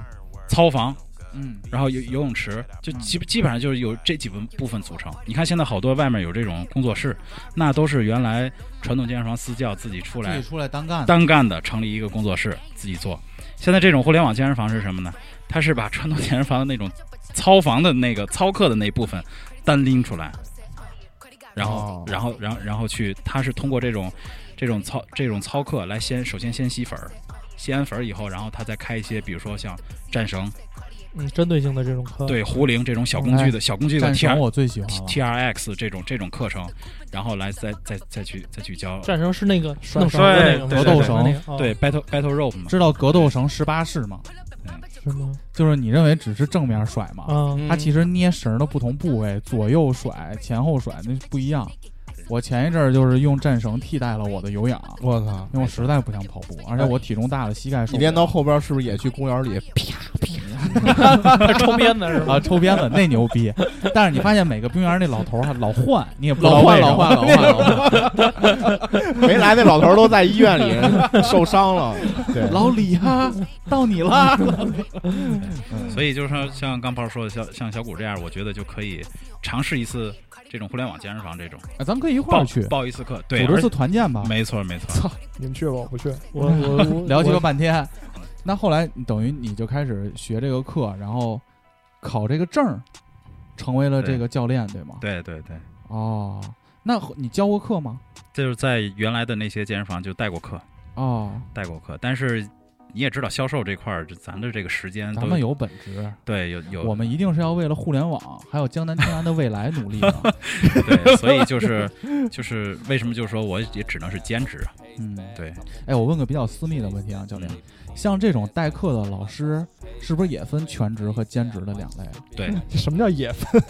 操房，嗯，然后游游泳池，就基基本上就是有这几部部分组成。你看现在好多外面有这种工作室，那都是原来传统健身房私教自己出来自己出来单干的单干的，成立一个工作室自己做。现在这种互联网健身房是什么呢？它是把传统健身房的那种操房的那个操课的那部分单拎出来，然后、哦然后然后然后去，它是通过这种这种操这种操课来先首先先吸粉儿，吸完粉儿以后，然后它再开一些，比如说像战绳。嗯，针对性的这种课，对壶铃这种小工具的小工具的战 T 神啊 R 我最喜欢了 T R X 这种这种课程，然后来再再再去再去教战绳是那个摔弄绳绳对的那个吗格斗绳那个哦对 battle battle rope 嘛，知道格斗绳十八式吗？是吗？啊就是你认为只是正面甩嘛，嗯它其实捏绳的不同部位，左右甩、前后甩那不一样。我前一阵儿就是用战绳替代了我的有氧，我操！因为我实在不想跑步，而且我体重大了，膝盖受不了。你练到后边是不是也去公园里啪他抽鞭子是吧啊，抽鞭子那牛逼！但是你发现每个公园那老头儿还老换，你也不知道老换为什么老换老换老换没来那老头儿都在医院里受伤了对老李哈，到你 啦！所以就是说像刚炮说的，像像小谷这样，我觉得就可以尝试一次这种互联网健身房这种，哎咱们可以一块儿报去报一次课，对，组织啊而次团建吧没错没错，操你们去吧，我不去。我我聊鸡我巴半天。那后来你等于你就开始学这个课，然后考这个证儿，成为了这个教练，对吗？对对对，哦，那你教过课吗？这就是在原来的那些健身房就带过课，哦，带过课，但是你也知道销售这块儿，就咱的这个时间都，咱们有本职。对有有我们一定是要为了互联网还有江南青安的未来努力 的。对，所 以就是就是为什么就是说我也只能是兼职啊，嗯，对，哎，我问个比较私密的问题啊，教嗯练，像这种代课的老师，是不是也分全职和兼职的两类啊？对，什么叫也分？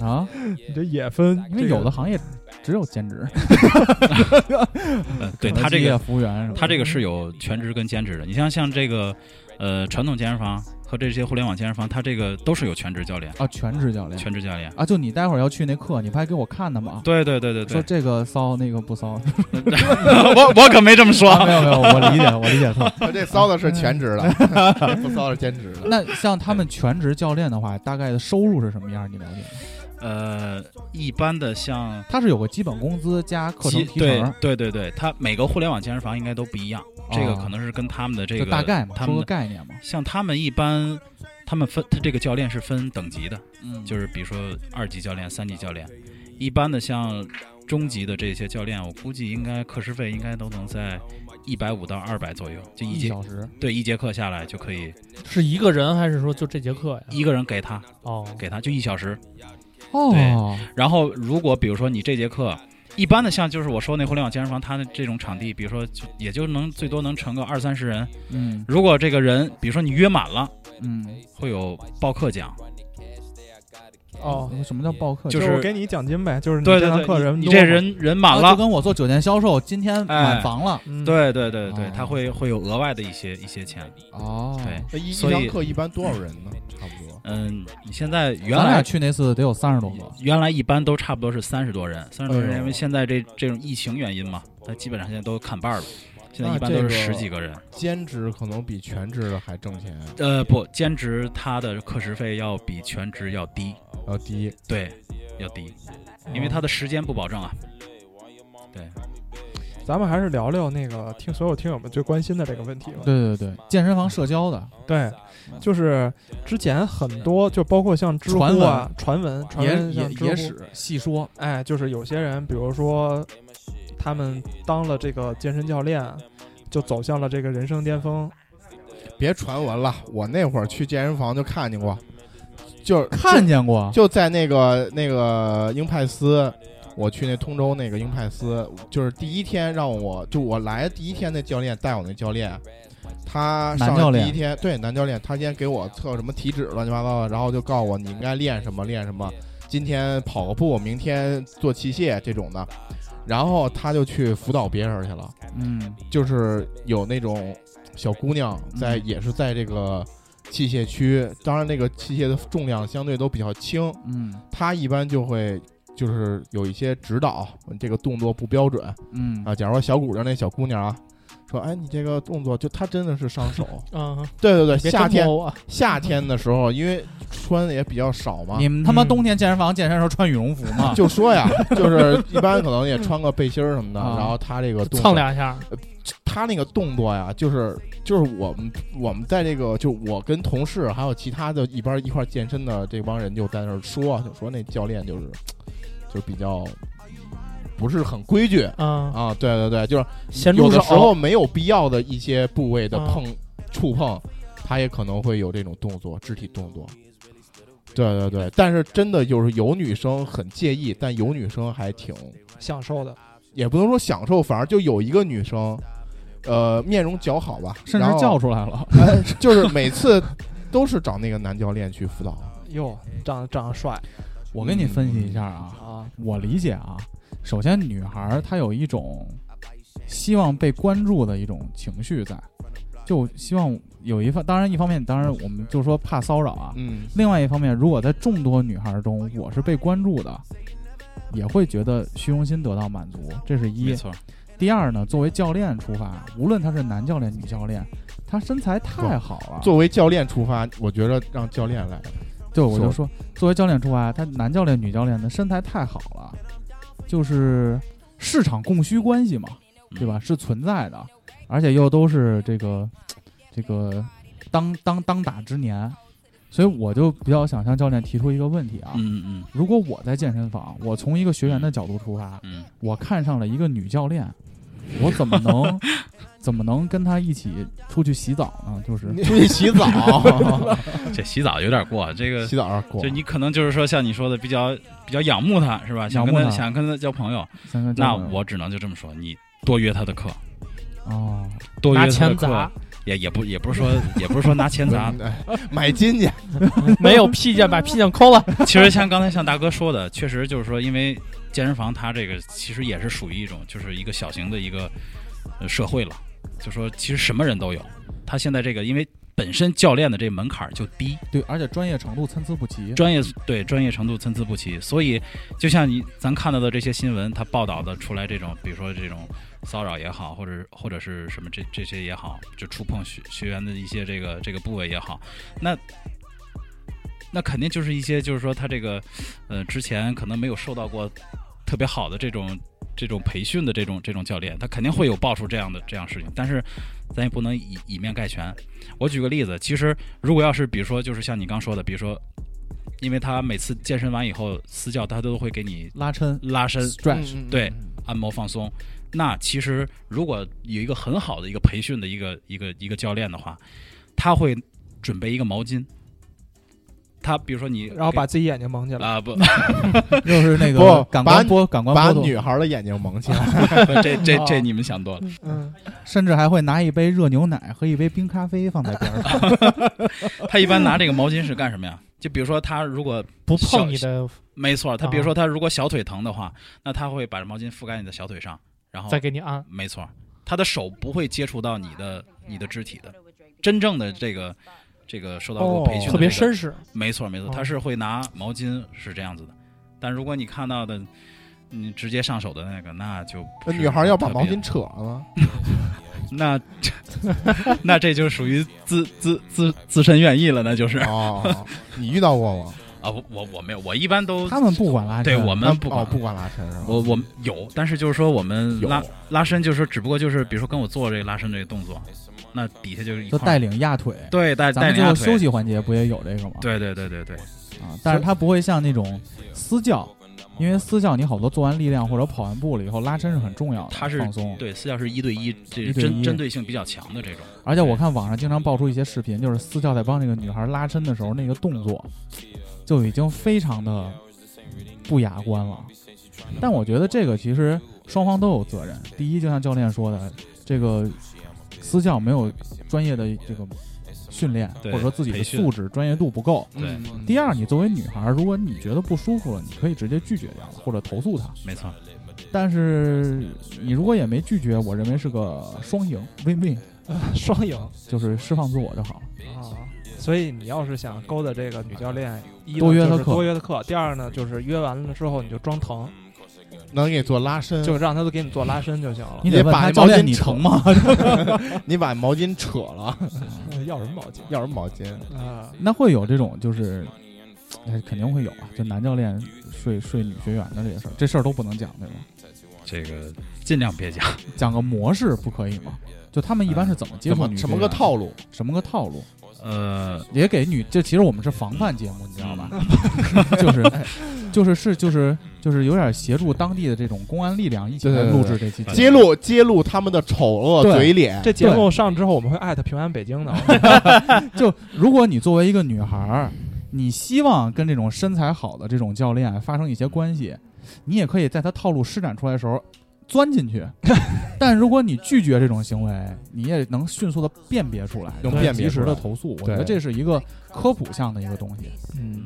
啊，你这也分，因为有的行业只有兼职。呃， 对肯德他这基个啊服务员什么的，他这个是有全职跟兼职的。你像像这个，呃，传统健身房和这些互联网健身房，他这个都是有全职教练，啊，全职教练，全职教练。啊，就你待会儿要去那课，你不还给我看呢吗？对对对对说对，这个骚，那个不骚。我我可没这么 说啊没有没有，我理解我理解错。啊这骚的是全职的，不 骚是兼职 的。那像他们全职教练的话，大概的收入是什么样？你了解吗？呃，一般的像他是有个基本工资加课程基提对成，对对对，他每个互联网健身房应该都不一样，这个可能是跟他们的这哦就个大概嘛，他说们个的概念嘛。像他们一般，他们分他这个教练是分等级的，嗯就是比如说二级教练、三级教练，一般的像中级的这些教练，我估计应该课时费应该都能在一百五到二百左右，就一一节小时。对一节课下来就可以是一个人还是说就这节课呀？一个人给他哦，给他就一小时，哦，然后如果比如说你这节课。一般的像就是我说那互联网健身房，它的这种场地，比如说就也就能最多能乘个二三十人。嗯如果这个人，比如说你约满了，嗯，会有报课奖，哦，什么叫报课？就是我给你奖金呗，就是你对这对堂对，课你人你多这吗，人人满啊就了，跟我做酒店销售，今天哎满房了。嗯，对对对对哦，他会会有额外的一些一些钱。哦，哎那对，一一所以堂课一般多少人呢？差不多。嗯，你现在原咱俩来去那次得有三十多个。原来一般都差不多是三十多人，三十多哎人，呦因为现在这这种疫情原因嘛，他基本上现在都砍半了，现在一般那这都是十几个人。兼职可能比全职的还挣钱，呃，不，兼职他的课时费要比全职要低，要低。对，要低，因为他的时间不保证啊。咱们还是聊聊那个听所有听友们最关心的这个问题吧。对对对，健身房社交的，对，就是之前很多，就包括像知乎传闻啊、传闻、传野闻，野像知野乎史细说，哎，就是有些人，比如说他们当了这个健身教练，就走向了这个人生巅峰。别传闻了，我那会儿去健身房就看见过，就是看见过就在那个那个英派斯，我去那通州那个英派斯，就是第一天让我就我来第一天那教练带我那教练，他上男教来练第一天对男教练，他先给我测什么体脂乱七八糟的，然后就告诉我你应该练什么练什么，今天跑个步，明天做器械这种的，然后他就去辅导别人去了。嗯，就是有那种小姑娘在，嗯也是在这个器械区，当然那个器械的重量相对都比较轻，嗯她一般就会就是有一些指导，这个动作不标准哎嗯啊。假如说小鼓的那小姑娘啊，说哎你这个动作就她真的是 伤手，嗯，对对对，别夏天哦真摸我夏天的时候，因为穿的也比较少嘛你。们他妈嗯冬天健身房健身的时候穿羽绒服吗？就说呀，就是一般可能也穿个背心儿什么的，啊然后她这个动蹭作两下，他那个动作呀，就是就是我们我们在这个就我跟同事还有其他的一边一块健身的这帮人就在那儿说，就说那教练就是就比较不是很规矩嗯，啊，对对对，就是咸有猪的时手候，没有必要的一些部位的啊碰、触碰，他也可能会有这种动作，肢体动作。对对对，但是真的就是有女生很介意，但有女生还挺享受的，也不能说享受，反正就有一个女生，呃，面容姣好吧，甚至然后 叫出来了，哎就是每次都是找那个男教练去辅导。哟，长长得帅我跟你分析一下嗯啊，啊，我理解啊，首先女孩儿她有一种希望被关注的一种情绪在，就希望有一方，当然一方面，当然我们就说怕骚扰啊，嗯，另外一方面，如果在众多女孩儿中我是被关注的，也会觉得虚荣心得到满足，这是一没。错，第二呢，作为教练出发，无论他是男教练、女教练，他身材太好了，作为教练出发，我觉得让教 练来，对，我就做说，作为教练出来，他男教练、女教练的身材太好了，就是市场供需关系嘛，对吧？是存在的，而且又都是这个这个当当当打之年，所以我就比较想向教练提出一个问题啊。嗯嗯如果我在健身房，我从一个学员的角度出发，嗯我看上了一个女教练，我怎么能怎么能跟她一起出去洗澡呢？就是出去洗 澡，嗯，这洗澡有点过，这个洗澡上过就。你可能就是说像你说的比较比较仰慕他是吧？想跟仰他慕他想跟他交朋友，三个那教练我只能就这么说，你多约他的课，哦，多拿约他的钱课砸，，也也不也不是说 也不是说拿钱砸，哎买金去，没有屁剑把屁剑抠了，其实像刚才像大哥说的，确实就是说，因为健身房它这个其实也是属于一种，就是一个小型的一个呃社会了。就说其实什么人都有，他现在这个因为本身教练的这门槛儿就低，对，而且专业程度参差不齐。专业对专业程度参差不齐，所以就像你咱看到的这些新闻，它报道的出来这种，比如说这种骚扰也好，或者或者是什么这这些也好，就触碰学学员的一些这个这个部位也好，那那肯定就是一些就是说他这个呃之前可能没有受到过特别好的这种这种培训的这种这种教练，他肯定会有爆出这样的这样事情，但是咱也不能以以面概全。我举个例子，其实如果要是比如说就是像你刚说的，比如说。因为他每次健身完以后，私教他都会给你拉伸、拉呃伸、嗯 stretch，对，按摩放松。那其实如果有一个很好的一个培训的一个一个一个教练的话，他会准备一个毛巾。他比如说你给，然后把自己眼睛蒙起来， 啊不，又是那个嗯不感把官波感官把波动，女孩的眼睛蒙 起来。这这哦这你们想多了。嗯，甚至还会拿一杯热牛奶和一杯冰咖啡放在边 上。他一般拿这个毛巾是干什么呀？就比如说他如果不小碰你的，没错，他哦啊比如说他如果小腿疼的话，那他会把毛巾覆盖你的小腿上，然后再给你按。没错，他的手不会接触到你的你的肢体的。真正的这个这个受到过哦培训的这个、特别绅士，没错没错，哦他是会拿毛巾是这样子的，但如果你看到的，嗯你直接上手的那个，那就不是女孩要把特毛别巾扯了，那 那这就属于自自自自身愿意了，那就是。哦，你遇到过吗？啊，我我我没有，我一般都他们不管拉伸，对我们不管哦，不管拉伸是吗？我我们有，但是就是说我们有拉拉伸，就是说只不过就是比如说跟我做这个拉伸这个动作，那底下就是一就块带儿领压腿。对带咱带们领最压后腿休，息环节不也有这个吗？对对对对对，啊，但是它不会像那种私教，因为私教你好多做完力量或者跑完步了以后，拉伸是很重要的，它是放松。对私教是一对一，这一对针一针对性比较强的这种，而且我看网上经常爆出一些视频，就是私教在帮那个女孩拉伸的时候，那个动作就已经非常的不雅观了。但我觉得这个其实双方都有责任。第一，就像教练说的，这个私教没有专业的这个训练，或对者说自己的培训嗯素质、专业度不够。对，第二，你作为女孩，如果你觉得不舒服了，你可以直接拒绝掉或者投诉他。没错，但是你如果也没拒绝，我认为是个双赢，win win，双赢就是释放自我就好了。啊。所以你要是想勾搭这个女教练，一呢多约她就是课多约她课；第二呢，就是约完了之后你就装疼，能给你做拉伸，就让她都给你做拉伸就行了你。也得问把他那教毛练巾你扯疼吗？ 你把毛巾扯了， 要什么毛巾要什么毛巾？嗯啊？那会有这种就是，哎，肯定会有啊，就男教练睡睡女学员的这些事儿，这事儿都不能讲对吧？这个尽量别讲，讲个模式不可以吗？就他们一般是怎么接怎触么女啊什学么个员套路？什么个套路？呃，也给女，这其实我们是防范节目，你知道嗯吧？ 就是，就是是就是就是有点协助当地的这种公安力量一起对来对对录制这期节目。揭露揭露他们的丑恶对嘴脸，这节目上之后，我们会艾特平安北京的。 就如果你作为一个女孩儿，你希望跟这种身材好的这种教练发生一些关系，你也可以在他套路施展出来的时候钻进 去。但如果你拒绝这种行为，你也能迅速的辨别出来，能辨及别时出来的投诉。我觉得对这是一个科普项的一个东西。嗯，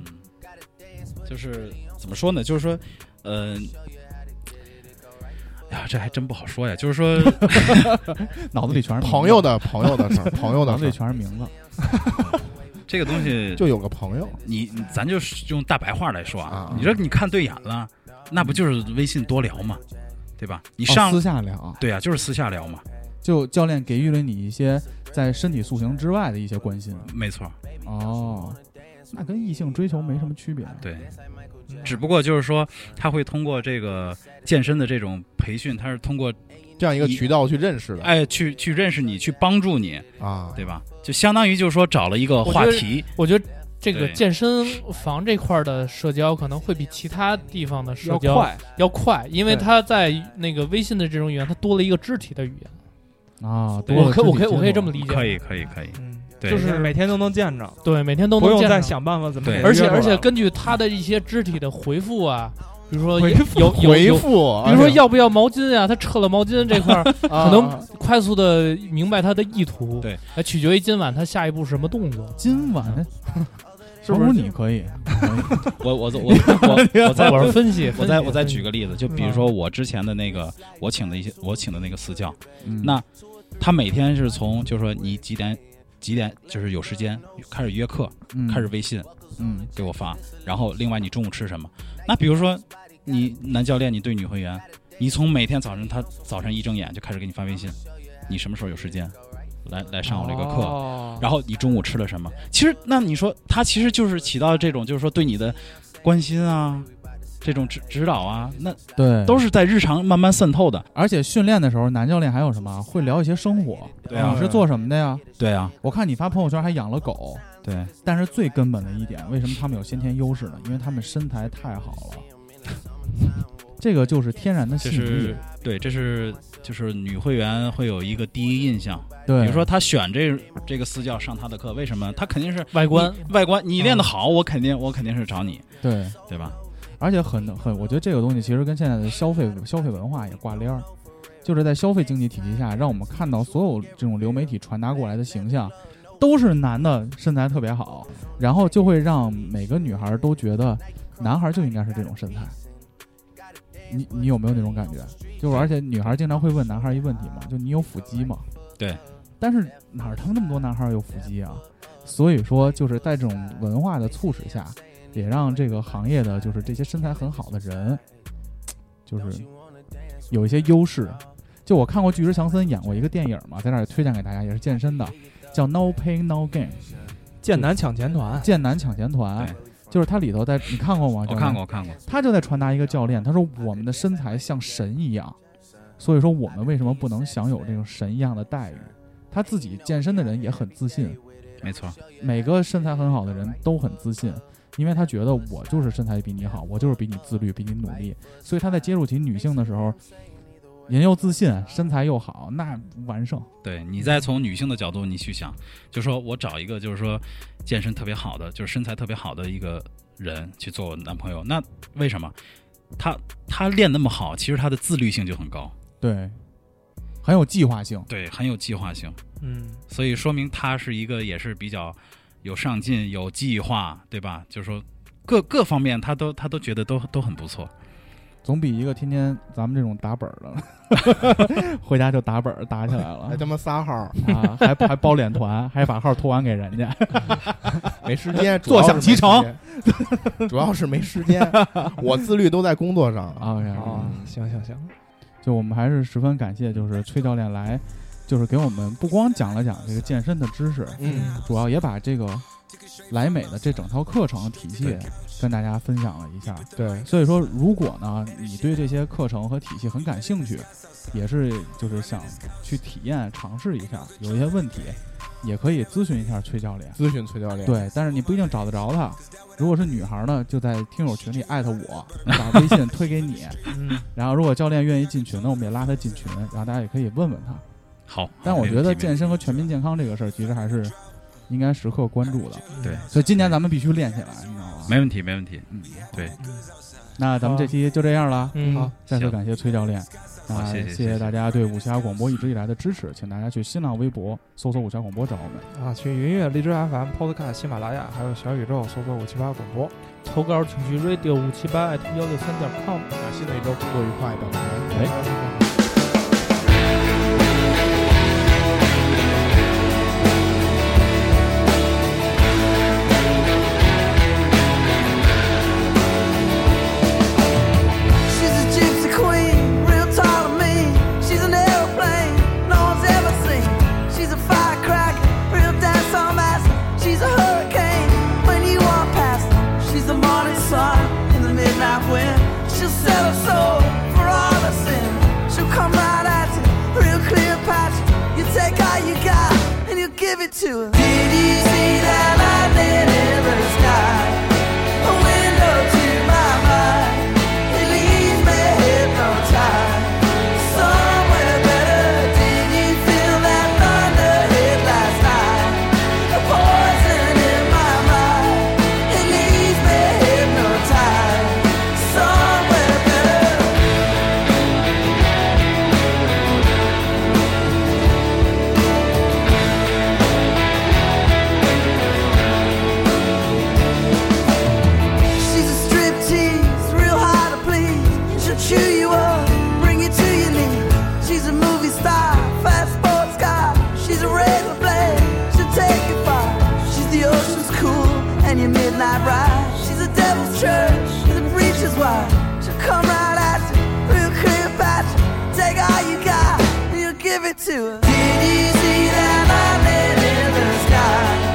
就是怎么说呢？就是说，呃。哎呀，这还真不好说呀。就 是说，脑子里全是名字朋友，的朋友的事儿，朋友脑的子事 里儿，全是名字。这个东西就有个朋友，你你咱就是用大白话来说啊啊，你说你看对眼了，那不就是微信多聊嘛，对吧？你你上哦私下聊，对啊，就是私下聊嘛，就教练给予了你一些在身体塑形之外的一些关心。没错，哦，那跟异性追求没什么区别。对。只不过就是说，他会通过这个健身的这种培训，他是通过这样一个一渠道去认识的哎去去认识你，去帮助你，啊。对吧？就相当于就是说找了一个我话觉得题，我觉得这个对健身房这块儿的社交可能会比其他地方的社要交快，要快，因为对它在那个微信的这种语言，它多了一个肢体的语言。啊，多我了可肢我体可以我接可以触这么理解，可以可以可以，嗯，对就是每天都能见着，对，每天都不能用见再着想办法怎么对给而且约出来而且了根据他的一些肢体的回复啊，比如说回有有回有，复，啊比如说要不要毛巾啊，他撤了毛巾这块儿，可可能快速的明白他的意图，对，来取决于今晚他下一步是什么动作。今晚嗯 是不是王叔你可以？ 我我我我我 再我是分析，我再我再分析举个例子，就比如说我之前的那个我请的一些我请的那个私教，嗯那他每天是从就是说你几点几点就是有时间开始约课，嗯开始微信嗯给我发，然后另外你中午吃什么？那比如说你男教练，你对女会员，你从每天早晨他早晨一睁眼就开始给你发微信，你什么时候有时间来来嗯上我这个课？哦然后你中午吃了什么？其实，那你说他其实就是起到这种，就是说对你的关心啊，这种指指导啊，那对，都是在日常慢慢渗透的。而且训练的时候，男教练还有什么会聊一些生活？对啊你是做什么的呀？对啊，我看你发朋友圈还养了狗，对，但是最根本的一点，为什么他们有先天优势呢？因为他们身材太好了， 这个就是天然的吸这引力是。对，这是就是女会员会有一个第一印象。对，比如说她选这这个私教上她的课，为什么？她肯定是外观你外观，你练得嗯好，我肯定我肯定是找你，对，对吧？而且很很，我觉得这个东西其实跟现在的消费消费文化也挂链儿，就是在消费经济体系下，让我们看到所有这种流媒体传达过来的形象，都是男的身材特别好，然后就会让每个女孩儿都觉得男孩儿就应该是这种身材。你你有没有那种感觉？就是而且女孩儿经常会问男孩儿一问题嘛，就你有腹肌吗？对，但是哪儿他妈那么多男孩儿有腹肌啊？所以说就是在这种文化的促使下，也让这个行业的就是这些身材很好的人，就是有一些优势。就我看过巨石强森演过一个电影嘛，在那儿也推荐给大家，也是健身的，叫《No Pain No Gain》，剑南抢钱团，剑南抢钱团，就是它里头在你看过吗？我教练看过，我看过。他就在传达一个教练，他说我们的身材像神一样，所以说我们为什么不能享有这种神一样的待遇？他自己健身的人也很自信，没错，每个身材很好的人都很自信，因为他觉得我就是身材比你好，我就是比你自律，比你努力，所以他在接触起女性的时候，人又自信，身材又好，那完胜。对你再从女性的角度你去想，就说我找一个就是说健身特别好的，就是身材特别好的一个人去做我男朋友，那为什么？他他练那么好，其实他的自律性就很高，对，很有计划性。对，很有计划性，嗯，所以说明他是一个也是比较有上进、有计划，对吧？就是说各各方面他都他都觉得都都很不错。总比一个天天咱们这种打本儿的， 回家就打本儿打起来了哎还，他妈仨号，啊，还还包脸团，还把号托完给人家，没时间，坐享其成主要是没时间，主要是没时间，我自律都在工作上啊，这嗯样哦，行行行，就我们还是十分感谢，就是崔教练来，就是给我们不光讲了讲这个健身的知识，嗯，主要也把这个莱美的这整套课程体系跟大家分享了一下。对，所以说，如果呢你对这些课程和体系很感兴趣，也是就是想去体验尝试一下，有一些问题也可以咨询一下崔教练。咨询崔教练，，对，但是你不一定找得着他。如果是女孩呢，就在听友群里艾特我，我把微信推给你。嗯，然后如果教练愿意进群呢，我们也拉他进群，然后大家也可以问问他。好，但我没觉得问题没健问身和全民健康这个事儿，其实还是应该时刻关注的。对所以今年咱们必须练起来，你知道吗题？没问题，没问题。嗯，对。那咱们这期就这样了。嗯，好，再次行感谢崔教练，好那谢谢谢谢谢大家对武侠广播一直以来的支持，请大家去新浪微博搜索“武侠广播”找我们。啊，去云音乐、荔枝 FM、Podcast、喜马拉雅，还有小宇宙搜索五七八广播。投稿请去 radio 五七八 at 幺六三点 com。那新的一周工作愉快，拜拜。 She's a gypsy queen, real tall and mean. She's an airplane, no one's ever seen. She's a firecracker, real dance on master. She's a hurricane when you walk past. her. She's the morning sun in the midnight wind. She'll sell her soul for all her sin. She'll come right at you, real Cleopatra. You take all you got and you give it to her. Did you see that lightning in the sky? A window to my mind. It leaves me hypnotized. Somewhere better. Did you feel that thunder hit last night? The poison in my mind. It leaves me hypnotized. Somewhere better. She's a striptease, real hard to please. She'll chew you up, bring you to your knees. She's a movie star, fast sports car. She's a razor blade, she'll take you far. She's the ocean's cool and your midnight ride. She's a devil's church, she's a preacher's wife. She'll come right at you, real Cleopatra. Take all you got and you'll give it to her. Did you see that lightning in the sky?